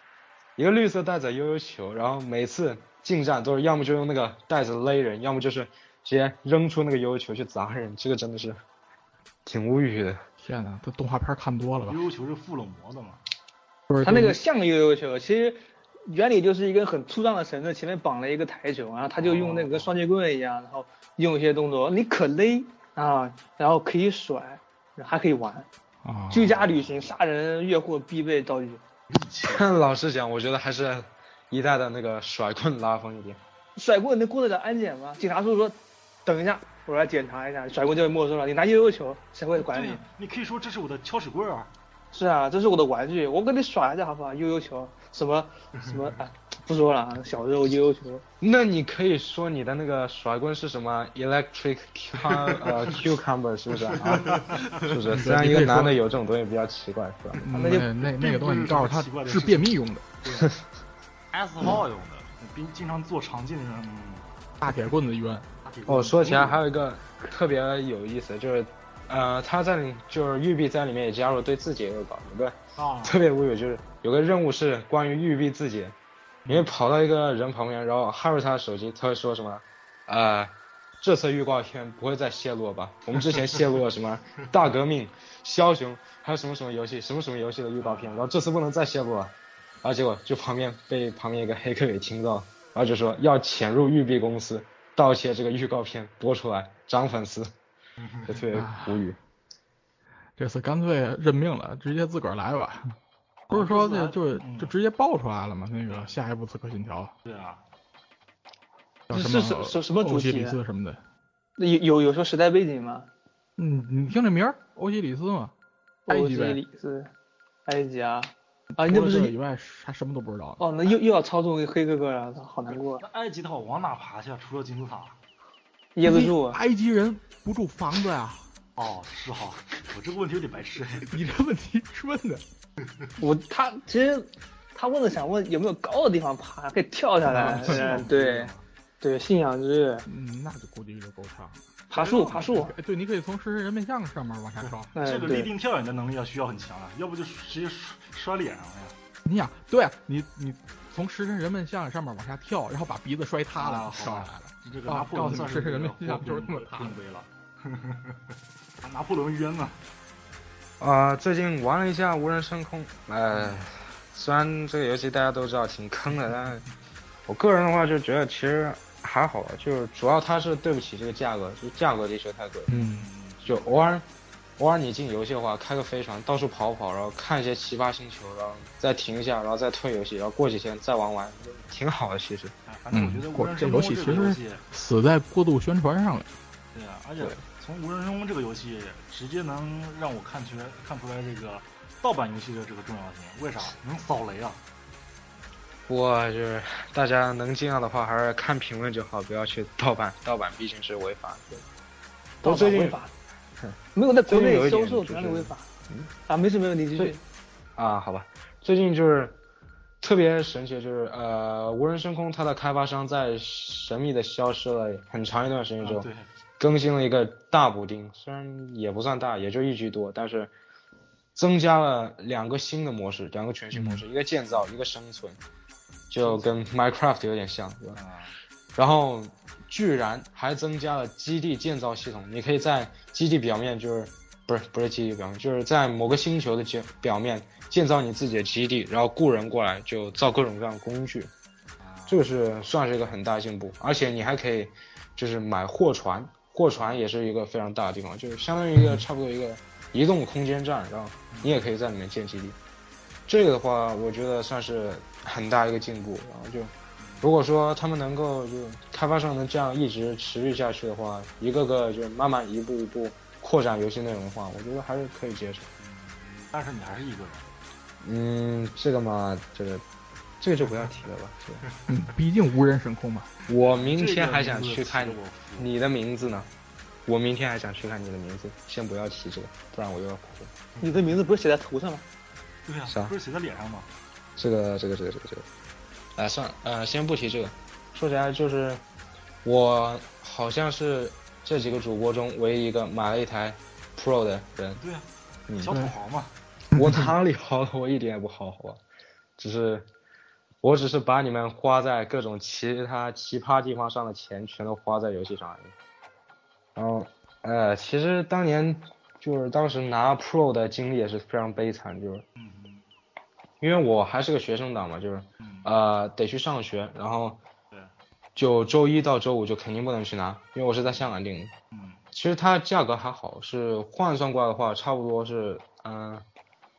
E: 一个绿色袋子的悠悠球，然后每次近战都是要么就用那个袋子勒人，要么就是直接扔出那个悠悠球去砸人，这个真的是挺无语的。
B: 天哪，这动画片看多了吧
A: 悠？悠球是附了魔的嘛？
B: 不是
D: 他那个像悠悠球，其实原理就是一根很粗壮的绳子，前面绑了一个台球，然后他就用那个
B: 哦
D: 跟双截棍一样，然后用一些动作，你可勒啊，然后可以甩，还可以玩，
B: 啊，
D: 居家旅行、杀人、越货必备道具。
E: 但老实讲，我觉得还是一代的那个甩棍拉风一点。
D: 甩棍能过得了安检吗？警察叔叔说，等一下，我来检查一下，甩棍就被没收了。你拿悠悠球，谁会管
A: 对
B: 嗯
D: 你
A: 呀？你可以说这是我的敲屎棍儿啊。
D: 是啊，这是我的玩具，我给你耍一下好不好？悠悠球，什么什么啊，不说了啊，小时候悠悠球。
E: 那你可以说你的那个甩棍是什么？Electric cu 呃 cucumber 是不是啊？是不是？虽然一个男的有这种东西比较奇怪，是吧？
B: 嗯
D: 那就
B: 那那那个
A: 并不
B: 东西，
A: 是
B: 你
A: 什么
B: 告诉他
A: 奇怪的
B: 治
A: 事情
B: 便秘用的，
C: S 号用的，
A: 并经常做长进的人，嗯
B: 大铁棍子冤。
A: 打铁棍
E: 哦，说起来还有一个特别有意思，就是，呃，他在里就是玉碧在里面也加入对自己也有搞，有个
A: 啊，
E: 特别无语，就是有个任务是关于玉碧自己，因为跑到一个人旁边，然后哈着他的手机，他会说什么，呃，这次预告片不会再泄露了吧？我们之前泄露了什么大革命、枭雄，还有什么什么游戏，什么什么游戏的预告片，然后这次不能再泄露了，然后结果就旁边被旁边一个黑客给听到，然后就说要潜入玉碧公司盗窃这个预告片播出来涨粉丝，就特别无语。
B: 这次干脆认命了，直接自个儿来吧。
D: 嗯
B: 不是说这就
A: 嗯
B: 就直接爆出来了吗？那个下一部《刺客信条
A: 对啊，》
B: 叫
D: 是
B: 什么
D: 是什什么主
B: 欧西
D: 题
B: 里
D: 啊
B: 斯什么的。
D: 那有有有说时代背景吗？
B: 嗯，你听这名儿，欧西里斯嘛，埃
D: 欧
B: 及
D: 几
B: 呗。
D: 里斯，埃及啊啊，那
B: 除
D: 不
B: 了这个
D: 是
B: 以外还什么都不知道。
D: 哦，那又又要操纵黑哥哥了，好难过。
A: 那埃及的话往哪爬去啊？除了金字塔？
D: 椰
B: 因
D: 子
B: 为
D: 树啊，
B: 埃及人不住房子呀、
A: 哦，是哈，我这个问题有点白 痴。
B: 你这问题问的，
D: 我他其实他问的想问有没有高的地方爬，可以跳下
E: 哎
D: 来。嗯，对对，信仰之日，
B: 嗯，那就估计就够呛。
D: 爬树爬树。
B: 哎对，你可以从狮身人面像上面往下照。
D: 嗯，
E: 哎
A: 这个立
D: 对，
A: 定跳远的能力要需要很强啊，要不就直接摔摔脸啊上了呀。
B: 你想，对啊你你从狮身人面像上面往下跳，然后把鼻子摔塌了，
A: 啊
B: 照下来了。
A: 这个拿破仑算是
B: 啊告诉你是人类
A: 那
B: 像
A: 个
B: 就是这么大
A: 混杯了。拿破仑冤呐！
E: 啊、最近玩了一下无人升空，呃，虽然这个游戏大家都知道挺坑的，但是我个人的话就觉得其实还好吧，就是主要它是对不起这个价格，就价格的确太贵，
B: 嗯，
E: 就偶尔偶尔你进游戏的话，开个飞船到处跑跑，然后看一些奇葩星球，然后再停一下，然后再退游戏，然后过几天再玩玩，就挺好的其实。
A: 哎，反正我觉得无人升空这个游戏，
B: 死在过度宣传上了。
A: 对啊，而且从无人升空这个游戏，直接能让我看出来看出来这个盗版游戏的这个重要性。为啥？能扫雷啊！
E: 不过就是大家能尽量的话，还是看评论就好，不要去盗版，盗版毕竟是违法的。
D: 盗
E: 最
D: 版
E: 近
D: 违法，没有在国内
E: 最近
D: 销
E: 有一点
D: 售
E: 就是
D: 哪里违法
E: 嗯？
D: 啊，没事没问题，继续
E: 最。啊，好吧，最近就是特别神奇，就是呃，无人升空它的开发商在神秘的消失了很长一段时间
A: 啊
E: 之后，
A: 对，
E: 更新了一个大补丁，虽然也不算大，也就一居多，但是增加了两个新的模式，两个全新模式，一个建造，一个生存，就跟 Minecraft 有点像，对吧？
A: 啊，
E: 然后居然还增加了基地建造系统，你可以在基地表面，就是不是不是基地表面，就是在某个星球的建表面建造你自己的基地，然后雇人过来就造各种各样的工具，这个是算是一个很大进步，而且你还可以就是买货船，货船也是一个非常大的地方，就是相当于一个差不多一个移动空间站，然后你也可以在里面建基地。这个的话，我觉得算是很大一个进步，然后就如果说他们能够就开发商能这样一直持续下去的话，一个个就慢慢一步一步扩展游戏内容的话，我觉得还是可以接受。
A: 但是你还是一个人。
E: 嗯，这个嘛，这个这个就不要提了吧。这 个
B: 嗯，毕竟无人升空嘛。
E: 我明天还想去
A: 这
E: 看
A: 个名字起得我服
E: 你的名字呢，我明天还想去看你的名字，先不要提这个，不然我又要哭。
D: 你的名字不是写在头上吗？
A: 对啊呀、
E: 啥
A: 不是写在脸上吗？
E: 啊这个这个这个这个这个，哎、算了，呃，先不提这个。说起来就是，我好像是这几个主播中唯一一个买了一台 Pro 的人。
A: 对呀、啊
E: 嗯
A: 小土豪嘛，
E: 我哪里好了？我一点也不好，好吧？只是，我只是把你们花在各种其他奇葩地方上的钱全都花在游戏上而已。然后，呃，其实当年就是当时拿 Pro 的经历也是非常悲惨，就是
A: 嗯
E: 因为我还是个学生党嘛，就是
A: 嗯
E: 呃得去上学，然后
A: 对
E: 就周一到周五就肯定不能去拿，因为我是在香港订的。
A: 嗯
E: 其实它价格还好，是换算过来的话，差不多是嗯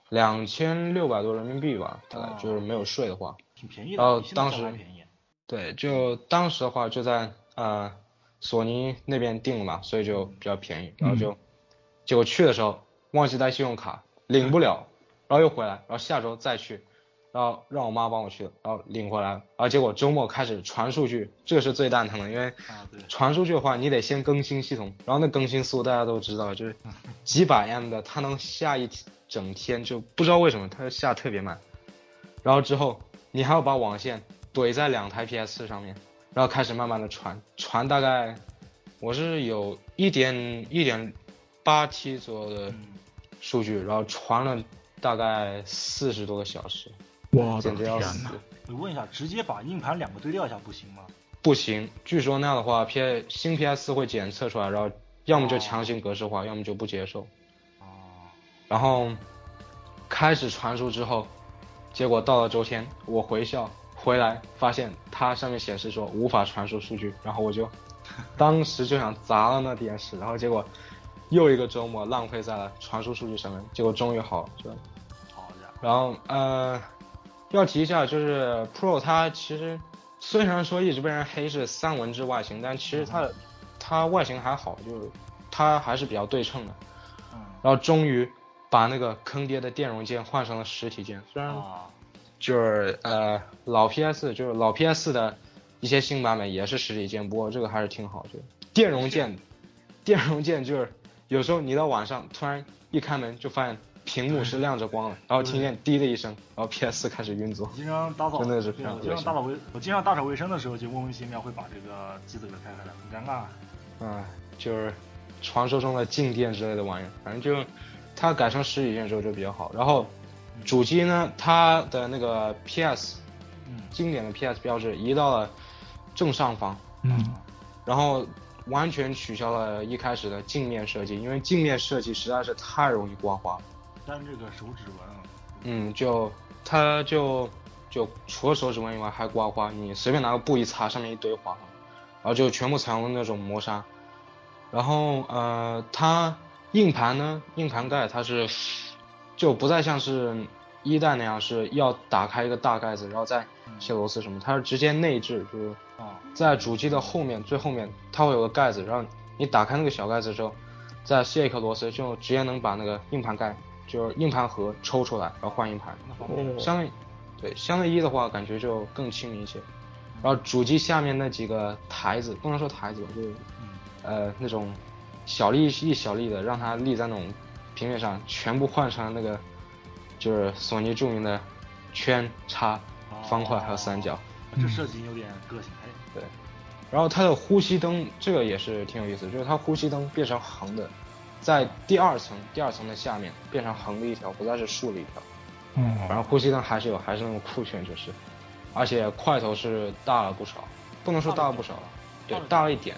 E: 两千六百多人民币吧，大概、
A: 哦
E: 就是没有税的话。
A: 挺便宜的，
E: 然后
A: 比现在
E: 当
A: 价格
E: 时
A: 还便宜，
E: 对，就当时的话就在呃索尼那边订了嘛，所以就比较便宜，然后就、结果去的时候忘记带信用卡，领不了，然后又回来，然后下周再去，然后让我妈帮我去的，然后领回来了，然后结果周末开始传数据，这个是最蛋疼的，因为
A: 啊对
E: 传出去的话，你得先更新系统，然后那更新速度大家都知道，就是 几百 M 的，它能下一整天，就不知道为什么它下特别慢。然后之后你还要把网线怼在两台 PS 上面，然后开始慢慢的传，传大概我是有一点一点八 T 左右的
A: 嗯
E: 数据，然后传了大概四十多个小时，
B: 我的
E: 简直
B: 天
E: 要
B: 哪
E: 死！。
A: 我问一下，直接把硬盘两个对调一下不行吗？
E: 不行，据说那样的话，P 新 PS 会检测出来，然后要么就强行格式化，要么就不接受。
A: 啊，
E: 然后开始传输之后，结果到了周天，我回校回来发现它上面显示说无法传输数据，然后我就当时就想砸了那电视，然后结果又一个周末浪费在了传输数据上面，结果终于好了，就
A: 好家伙，
E: 然后呃，要提一下就是 Pro 它其实虽然说一直被人黑是三文治外形，但其实它的它外形还好，就是它还是比较对称的。
A: 嗯
E: 然后终于把那个坑爹的电容键换成了实体键，虽然
A: 啊，
E: 就是呃老 PS 就是老 PS 的一些新版本也是实体键，不过这个还是挺好，就电容键，电容键就是有时候你到晚上突然一开门就发现屏幕是亮着光的，然后听见滴的一声，然后 PS 开始运作
A: 我。经常打扫，
E: 真的是
A: 对啊我
E: 非
A: 经
E: 常
A: 常打扫卫，我经常打扫卫生的时候，就莫名其妙会把这个机子给开开来，很尴尬啊。
E: 啊，就是传说中的静电之类的玩意儿，反正就呃它改成实体键之后就比较好。然后主机呢，它的那个 PS
A: 嗯
E: 经典的 PS 标志移到了正上方，
B: 嗯，
E: 然后完全取消了一开始的镜面设计，因为镜面设计实在是太容易刮花了。
A: 但这个手指纹啊，
E: 嗯，就它就就除了手指纹以外还刮花，你随便拿个布一擦，上面一堆花了，然后就全部采用那种磨砂。然后呃，它硬盘呢，硬盘盖它是就不再像是一代那样是要打开一个大盖子，然后再卸螺丝什么，它是直接内置，就是
A: 啊
E: 在主机的后面最后面，它会有个盖子，然后你打开那个小盖子之后，再卸一颗螺丝，就直接能把那个硬盘盖，就是硬盘盒抽出来，然后换硬盘。
A: 那方便
D: 嗯
E: 相对，对相对一的话，感觉就更亲民一些。然后主机下面那几个台子，不能说台子吧，就是
A: 嗯
E: 呃那种小立一小立的，让它立在那种平面上，全部换成那个就是索尼著名的圈、叉、方块还有三角。
A: 这设计有点个性，哎，
E: 对，然后它的呼吸灯这个也是挺有意思，就是它呼吸灯变成横的，在第二层第二层的下面变成横的一条，不再是竖的一条。
B: 嗯，
E: 然后呼吸灯还是有，还是那么酷炫就是，而且块头是大了不少，不能说大了不少，对，大了一点，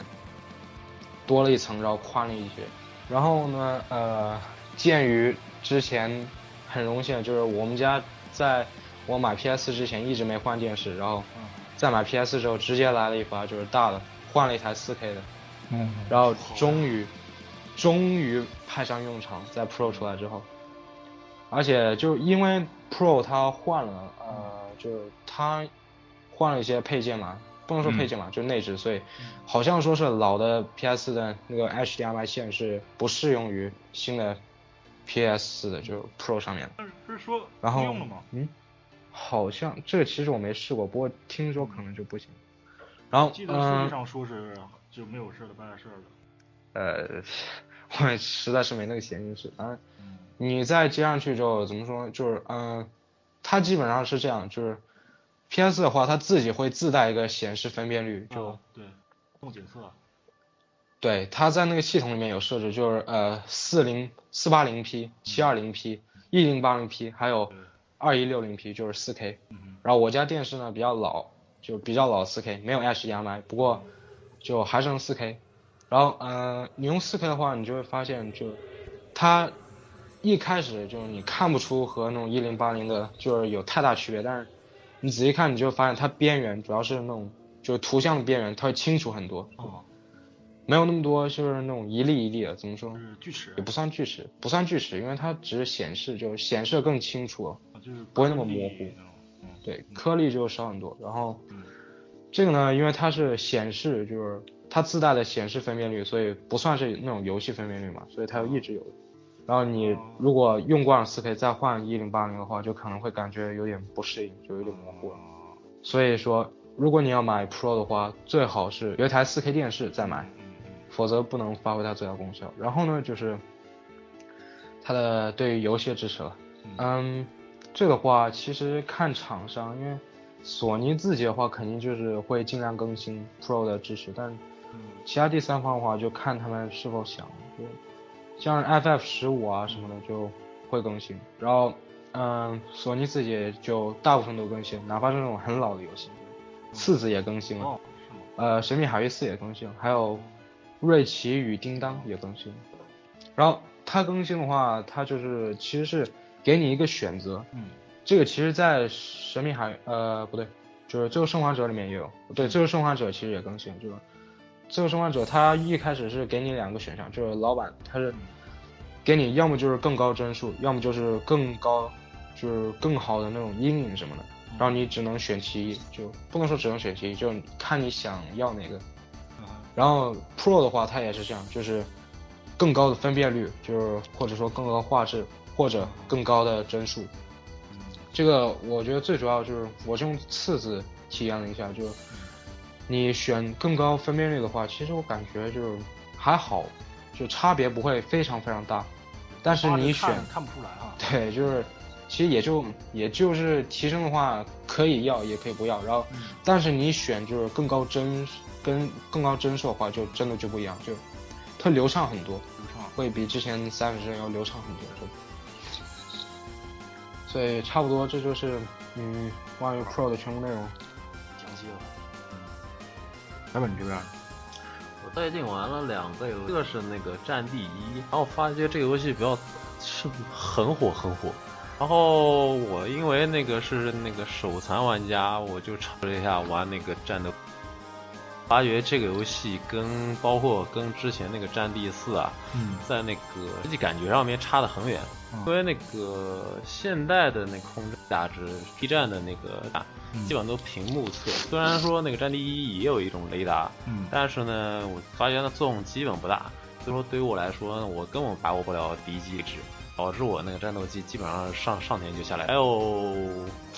E: 多了一层，然后宽了一截。然后呢，呃，鉴于之前很荣幸，就是我们家在我买 PS 之前一直没换电视，然后在买 PS 之后直接来了一发就是大的，换了一台 4K 的，
B: 嗯，
E: 然后终于，终于派上用场，
A: 嗯
E: 在 Pro 出来之后，而且就是因为 Pro 它换了，呃，就是它换了一些配件嘛，不能说配
A: 嗯
E: 件嘛，就内置，所以好像说是老的 PS 的那个 HDMI 线是不适用于新的 PS 的，就是 Pro 上面的。
A: 但是不是说
E: 然后
A: 不嗯用了吗？
E: 嗯，好像这个其实我没试过，不过听说可能就不行。然后
A: 嗯记得数
E: 嗯
A: 据。上说是就没有事的，不碍事儿的。
E: 呃， 我也实在是没那个闲心事。反正
A: 嗯
E: 你再接上去之后，怎么说呢？就是嗯、呃它基本上是这样，就是 PS 的话，它自己会自带一个显示分辨率，就、
A: 啊对，动检测，
E: 对，它在那个系统里面有设置，就是呃四零四八零 P、七二零 P、一零八零 P，还有
A: 对
E: 二一六零 P，就是四 K。
A: 嗯
E: 然后我家电视呢比较老，就比较老四 K，没有 HDMI，不过就还是用四 K。然后呃，你用四 K 的话，你就会发现就它一开始就是你看不出和那种一零八零的就是有太大区别，但是你仔细看你就发现它边缘主要是那种就是图像的边缘，它会清楚很多，
A: 哼，哦，
E: 没有那么多就是那种一粒一粒的，怎么说
A: 就？是锯齿
E: 也，不算锯齿，不算锯齿，因为它只是显示，就是显示得更清楚了。
A: 啊就是
E: 不会那么
A: 颗粒
E: 模糊
A: 那种，嗯，
E: 对，颗粒就少很多。然后
A: 嗯
E: 这个呢，因为它是显示，就是它自带的显示分辨率，所以不算是那种游戏分辨率嘛，所以它就一直
A: 哦
E: 有。然后你如果用惯了 4K 再换1080的话，就可能会感觉有点不适应，就有点模
A: 哦
E: 糊了。所以说，如果你要买 Pro 的话，最好是有一台 4K 电视再买。
A: 嗯嗯
E: 否则不能发挥它最大功效。然后呢，就是它的对于游戏的支持了。嗯，这个话其实看厂商，因为索尼自己的话肯定就是会尽量更新 Pro 的支持，但
A: 嗯
E: 其他第三方的话就看他们是否想，就像 FF 十五啊什么的
A: 嗯
E: 就会更新。然后，嗯，索尼自己就大部分都更新，哪怕是那种很老的游戏，次子也更新
A: 嗯，
E: 了。
A: 哦，是吗？
E: 呃，《神秘海域四》也更新了，还有《瑞奇与叮当》也更新了。然后它更新的话，它就是其实是给你一个选择，
A: 嗯，
E: 这个其实在《神秘海》呃不对，就是《最后生还者》里面也有，对，《最后生还者》其实也更新了，就是《最后生还者》它一开始是给你两个选项，就是老板他是给你要么就是更高帧数，要么就是更高，就是更好的那种阴影什么的。然后你只能选其一，就不能说只能选其一，就看你想要哪个。
A: 嗯
E: 然后 Pro 的话，它也是这样，就是更高的分辨率，就是或者说更高的画质，或者更高的帧数。这个我觉得最主要就是我是用次子体验了一下，就是你选更高分辨率的话，其实我感觉就是还好，就差别不会非常非常大。但是
A: 花着
E: 你选
A: 看看不出来啊，
E: 对，就是其实也就也就是提升的话，可以要也可以不要，然后
A: 嗯
E: 但是你选就是更高帧跟更高帧数的话，就真的就不一样，就它流畅很多，
A: 流畅，
E: 会比之前三十帧要流畅很多，就。所以差不多这就是嗯关于 Pro 的全部内容。
A: 详细了，嗯
B: 白本这边，
C: 我最近玩了两个游戏，一个是那个《战地一》，然后我发觉这个游戏比较 是很火很火。然后我因为那个是那个手残玩家，我就尝试了一下玩那个战斗，发觉这个游戏跟包括跟之前那个《战地四》啊，
A: 嗯
C: 在那个实际感觉上面差得很远，
A: 嗯
C: 因为那个现代的那个控制打值，B 站的那个打
A: 嗯
C: 基本都屏幕测，虽然说那个《战地一》也有一种雷达，
A: 嗯
C: 但是呢，我发觉它作用基本不大，所以说对于我来说，我根本把握不了敌机值，导致我那个战斗机基本上上上天就下来。还有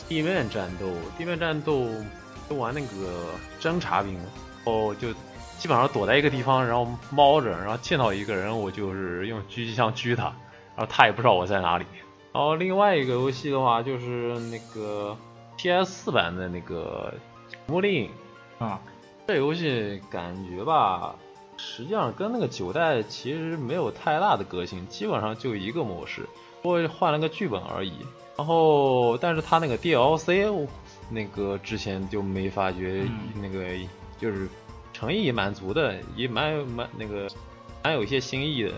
C: 地面战斗，地面战斗就玩那个侦察兵，哦，就基本上躲在一个地方，然后猫着，然后见到一个人，我就是用狙击枪狙他，然后他也不知道我在哪里。然后另外一个游戏的话，就是那个 PS 4版的那个《魔令》，
A: 啊，
C: 这游戏感觉吧，实际上跟那个九代其实没有太大的革新，基本上就一个模式，不过换了个剧本而已。然后，但是它那个 DLC，我那个之前就没发觉，
A: 嗯
C: 那个就是诚意蛮足的，也蛮有蛮那个蛮有一些新意的。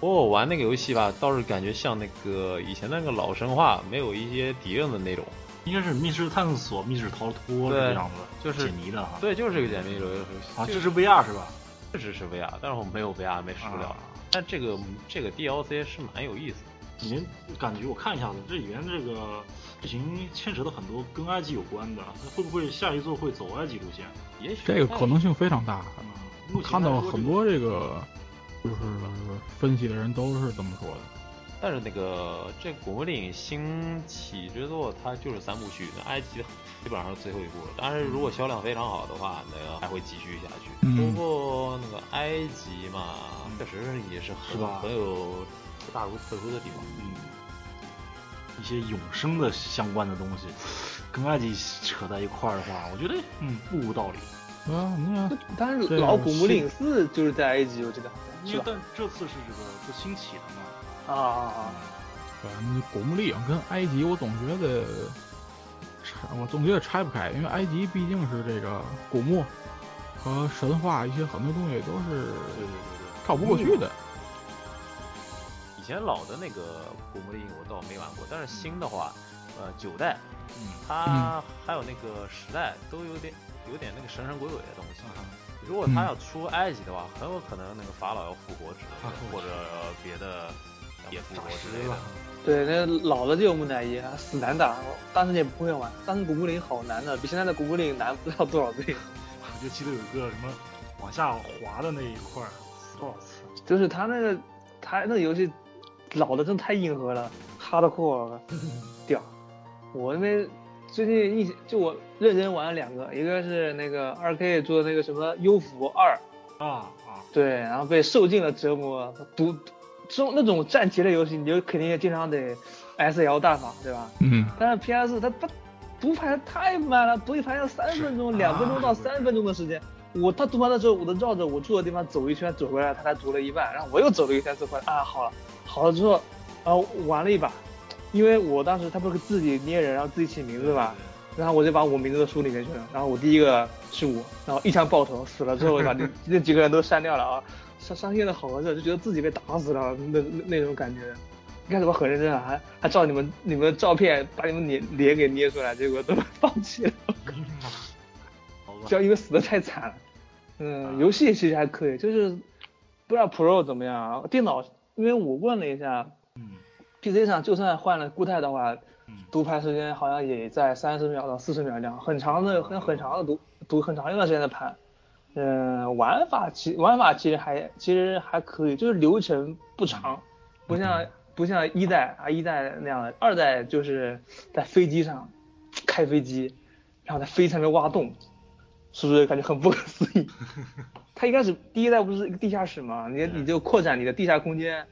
C: 不过我玩那个游戏吧，倒是感觉像那个以前那个老神话，没有一些敌人的那种。
A: 应该是密室探索、密室逃脱
C: 对
A: 这样子，
C: 就是
A: 解谜的哈，
C: 对，就是这个解谜游戏。
A: 啊，
C: 就
A: 这是 VR 是吧？
C: 确实是 VR，但是我没有 VR，没试不了。
A: 啊
C: 但这个这个 DLC 是蛮有意思的。
A: 您感觉我看一下子，这里面这个剧情牵扯的很多跟埃及有关的，它会不会下一座会走埃及路线？
C: 也许
B: 这个可能性非常大。啊
A: 嗯，目前
B: 看
A: 来
B: 到
A: 说
B: 很
A: 这个，
B: 多这个就是分析的人都是这么说的。
C: 但是那个这《古墓丽影：兴起之作》它就是三部曲，那埃及基本上是最后一部了。但是如
A: 嗯
C: 果销量非常好的话，那还会继续下去。
B: 嗯
C: 不过那个埃及嘛，确实也是很
A: 嗯是吧
C: 很有大陆特殊的地方。
A: 嗯，一些永生的相关的东西，跟埃及扯在一块儿的话，我觉得嗯不无道理。
B: 啊，那个
D: 但是
B: 对
D: 老
B: 我
D: 古
B: 是
D: 墓岭寺就是在埃及，我记得好像
A: 因
D: 是
A: 为
D: 吧？
A: 但这次是这个是新起的嘛，
D: 啊啊啊！
B: 对，你嗯古墓丽影跟埃及，我总觉得拆，我总觉得拆不开，因为埃及毕竟是这个古墓和神话一些很多东西都是
A: 对对对对，
B: 绕不过去的。
C: 以前老的那个古墓丽影我倒没玩过，但是新的话，呃，九代
A: 嗯
C: 它还有那个时代都有点有点那个神神鬼鬼的东西。
A: 啊
C: 如果他要出埃及的话，很有可能那个法老要复活之类
A: 啊
C: 的，或者别的也复
A: 诈
C: 活之
A: 尸
C: 类的
A: 了。，
D: 对，那老的这个木乃伊啊，死难打，我当时也不会玩。当时古墓丽影好难啊的，比现在的古墓丽影难不知道多少倍。
A: 我就记得有一个什么往下滑的那一块儿，我操！
D: 就是他那个，他那个游戏老的真太硬核了，hardcore 了 屌。我那最近一就我认真玩了两个，一个是那个二 K 做的那个什么《幽浮二》，
A: 啊啊！
D: 对，然后被受尽了折磨，读这种那种战棋类游戏，你就肯定也经常得 S L 大法，对吧？
B: 嗯
D: 但是 PS 它它读盘太慢了，读一盘要三分钟，两分钟到三分钟的时间。我他读完的时候，我都绕着我住的地方走一圈，走回来，他才读了一半，然后我又走了一圈，走回来啊，好了，好了之后，啊，玩了一把，因为我当时他不是自己捏人，然后自己起名字嘛，然后我就把我名字都输里面去了，然后我第一个是我，然后一枪爆头死了之后，我把那 那几个人都删掉了啊，伤伤心的好合适，就觉得自己被打死了那那那种感觉。一开始我很认真啊，还还照你们你们的照片把你们脸脸给捏出来，结果都放弃了，
A: 好吧
D: 主，要因为死的太惨了。嗯，游戏其实还可以，就是不知道 Pro 怎么样啊？电脑，因为我问了一下
A: 嗯
D: ，PC 上就算换了固态的话，
A: 嗯，
D: 读盘时间好像也在三十秒到四十秒这样，很长的很很长的读读很长一段时间的盘。嗯，玩法其玩法其实还其实还可以，就是流程不长，不像不像一代啊一代那样的，二代就是在飞机上开飞机，然后在飞机上面挖洞，是不是感觉很不可思议？它一开始第一代不是一个地下室嘛，你
C: 嗯
D: 你就扩展你的地下空间，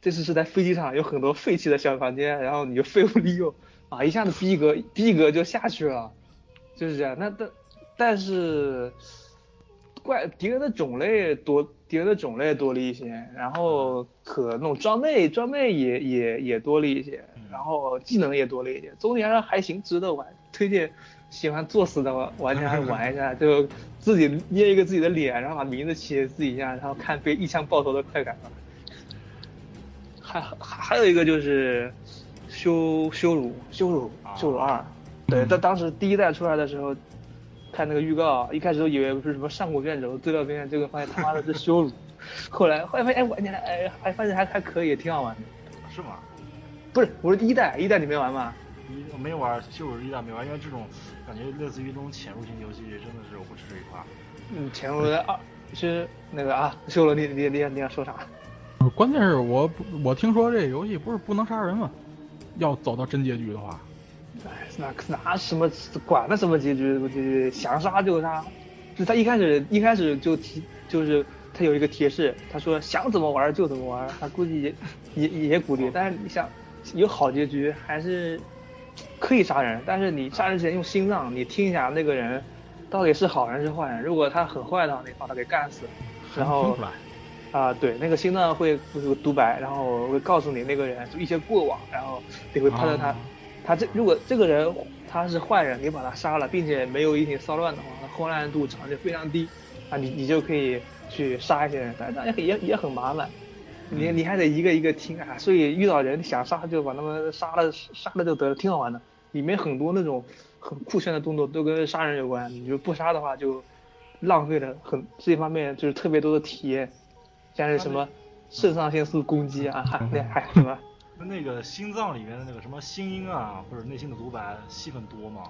D: 这次是在飞机上有很多废弃的小房间，然后你就废物利用，啊，一下子逼格逼格就下去了，就是这样。那但但是怪敌人的种类多，敌人的种类多了一些，然后可弄装备装备也也也多了一些，然后技能也多了一些，总体来说还行，值得玩，推荐。喜欢作死的玩玩家玩一下，就自己捏一个自己的脸，然后把名字写自己一下，然后看被一枪爆头的快感吧。还还还有一个就是羞羞辱羞辱
A: 啊
D: 羞辱二，对，在当时第一代出来的时候，看那个预告，一开始都以为是什么上古卷轴、资料片，结果发现他妈的是羞辱。 后来后来发现哎玩起来哎还发现还还可以，挺好玩的。
A: 是吗？
D: 不是，我是一代，一代你没玩吗？
A: 一我没玩《羞辱一代》没玩，因为这种感觉类似于这种潜入型游戏，真的是我不吃这一块。
D: 嗯，前面二是那个啊，修罗，你你你你要说啥？
B: 关键是我不我听说这游戏不是不能杀人吗？要走到真结局的话，
D: 哎，哪哪什么管他什么结局，什么结局，想杀就杀。就是他一开始一开始就提，就是他有一个提示，他说想怎么玩就怎么玩，他估计也也也鼓励。但是你想有好结局还是可以杀人，但是你杀人之前用心脏，你听一下那个人到底是好人是坏人。如果他很坏的话，你把他给干死，
B: 听
D: 然后
B: 出来。
D: 啊，对，那个心脏会就是独白，然后会告诉你那个人就一些过往，然后你会判断他，
B: 啊
D: 他这如果这个人他是坏人，你把他杀了，并且没有引起骚乱的话，他混乱度长就非常低，啊，你你就可以去杀一些人，但是但也也也很麻烦，你你还得一个一个听啊，所以遇到人想杀就把他们杀了杀了就得了，挺好玩的。里面很多那种很酷炫的动作都跟杀人有关，你就不杀的话就浪费了很这方面就是特别多的体验，像是什么肾上腺素攻击啊，还那还有什么
A: 那那个心脏里面的那个什么心音啊，或者内心的独白戏份多吗？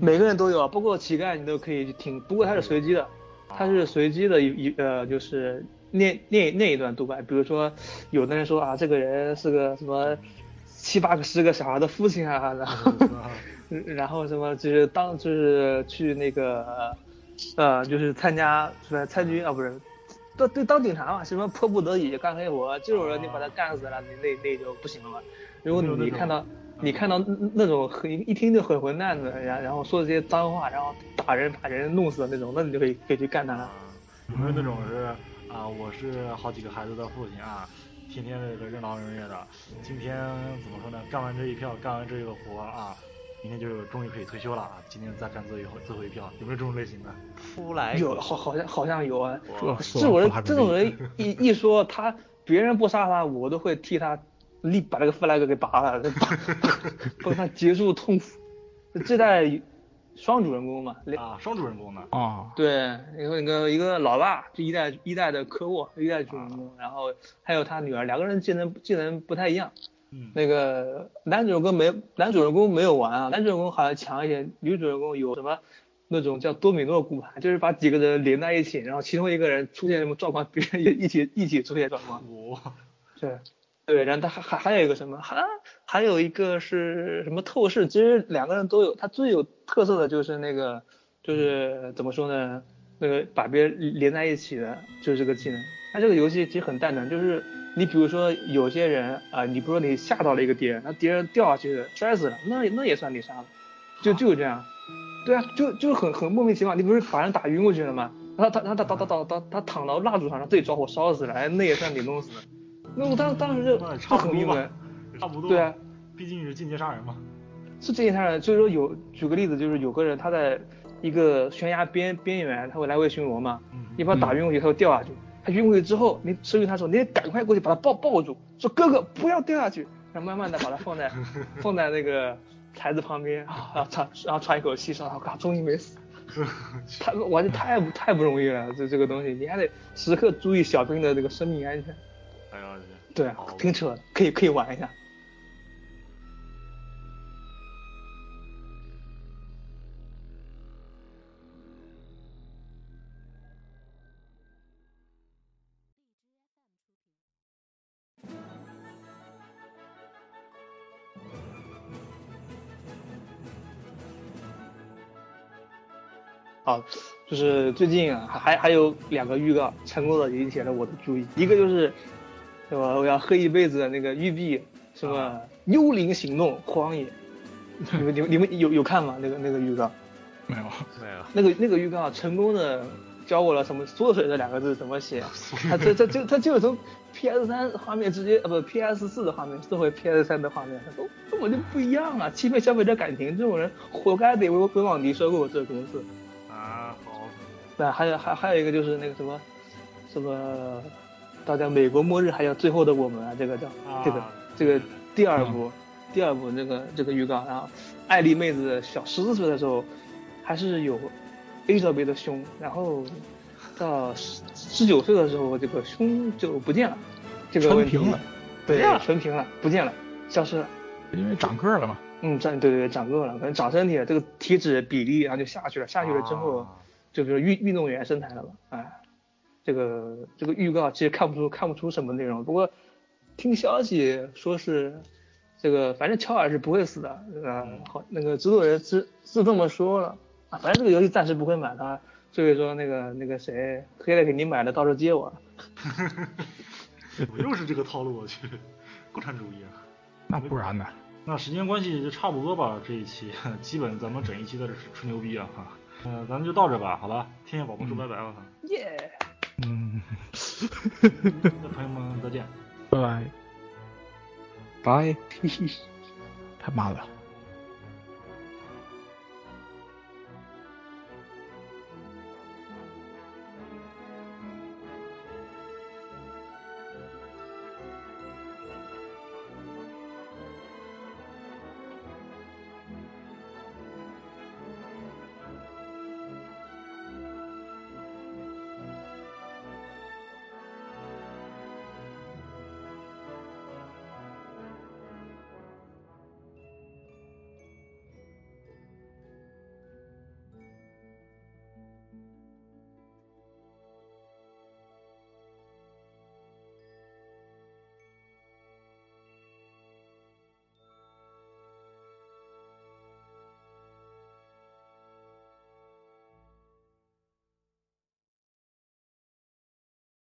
D: 每个人都有，啊，包括乞丐你都可以去听，不过它是随机的，
A: 嗯
D: 它是随机的一一呃，就是念念念一段独白，比如说有的人说啊，这个人是个什么七八个十个小孩的父亲啊，然后
A: 嗯
D: 然后什么就是当就是去那个呃，就是参加什么参军啊，不是。当对当警察嘛，什么迫不得已干黑活，这种人你把他干死了，你那那就不行了嘛。如果
A: 嗯有没有那
D: 你
A: 种
D: 看到你看到那那种很一听就很混蛋的，然然后说这些脏话，然后打人把人弄死的那种，那你就可以可以去干他了。
A: 有没有那种是啊，我是好几个孩子的父亲啊，天天这个任劳任怨的，今天怎么说呢？干完这一票，干完这个活儿啊，明天就终于可以退休了啊，今天再干最后最后一票，有没有这种类型的？
C: 出来
D: 有，好好像好像有啊。
C: 我
B: 说
D: 这种人
B: 话，
D: 这种
B: 真
D: 人一一说他别人不杀他，我都会替他立把这个 flag 给拔了，拔帮他结束痛苦。这代双主人公嘛，两
A: 啊，双主人公的，
D: 哦
B: 啊，
D: 对，一个一个一个老爸，就一代一代的科沃，一代主人公，然后还有他女儿，两个人技能技能不太一样。
A: 嗯，
D: 那个男主人公没男主人公没有玩啊，男主人公好像强一些，女主人公有什么那种叫多米诺骨牌，就是把几个人连在一起，然后其中一个人出现什么状况，别人也一起一起出现状况。
A: 我
D: 对，对，然后他还还还有一个什么，还还有一个是什么透视，其实两个人都有，他最有特色的就是那个，
A: 嗯
D: 就是怎么说呢，那个把别人连在一起的，就是这个技能。他这个游戏其实很蛋疼，就是你比如说有些人啊、你比如说你吓到了一个敌人，那敌人掉下去摔死了，那那也算你杀的，
A: 啊
D: 就就是这样。对啊，就就很很莫名其妙，你不是把人打晕过去了吗？他他他他他他他他躺到蜡烛上，让自己着火烧死了，哎，那也算你弄死的。那我当当时就
A: 那也
D: 就
A: 差不
D: 很郁
A: 多
D: 闷
A: 吧，，嗯差不多，
D: 对啊，，
A: 毕竟是进阶杀人嘛，
D: 是这一下人，就是说有举个例子，就是有个人他在一个悬崖边边缘，他会来回巡逻嘛，
A: 嗯
D: 你把他打晕过去，他会掉下去，他晕过去之后，你收紧他手，你得赶快过去把他抱抱住，说哥哥不要掉下去，然后慢慢的把他放在放在那个台子旁边，啊然后喘然后喘一口气，说啊，终于没死。太玩的太不太不容易了，这这个东西你还得时刻注意小兵的这个生命安全。
A: 哎呦我去，
D: 对啊
A: 好，
D: 挺扯的，可以可以玩一下。啊，就是最近啊，还还有两个预告成功的引起了我的注意，一个就是什么我要喝一辈子的那个育碧什么《幽灵行动：荒野》，你们你们你们有有看吗？那个那个预告，
B: 没有，
C: 没有，
D: 那个那个预告成功的教我了什么“缩水”这两个字怎么写，它这这就它就是从 PS 3画面直接呃不 PS 4的画面送回 PS 3的画面，它都根本就不一样啊！欺骗消费者感情，这种人活该得被被网迪收购这个公司。
A: 啊，好，
D: 那还有还还有一个就是那个什么，什么，大家美国末日还有最后的我们啊，这个叫、
A: 啊
D: 这个这个第二
A: 嗯
D: 部，第二部这个这个预告，然后艾丽妹子小十四岁的时候，还是有 A 罩杯的胸，然后到十十九岁的时候，这个胸就不见了，这个
B: 穿
D: 问题
B: 平了，
D: 对
A: 不见了，
D: 纯平了，不见了，消失了。
B: 因为长个儿了嘛。
D: 嗯，长对对对，长个了，可能长身体了，这个体脂比例然后就下去了，下去了之后，
A: 啊
D: 就比如运运动员身材了嘛，哎，这个这个预告其实看不出看不出什么内容，不过听消息说是这个反正乔尔是不会死的，啊，好那个制作人是是这么说了，啊，反正这个游戏暂时不会买它，所以说那个那个谁黑了给你买了，到时候接我。
A: 不又是这个套 路，我去，共产主义啊。
B: 那不然呢？
A: 那时间关系就差不多吧，这一期基本咱们整一期在这吹牛逼啊哈，嗯、咱们就到这吧，好吧，天线宝宝说拜拜了，
D: 耶、
B: 嗯，
A: 那朋友们再见。
B: 拜拜，
E: 拜。
B: 太慢了。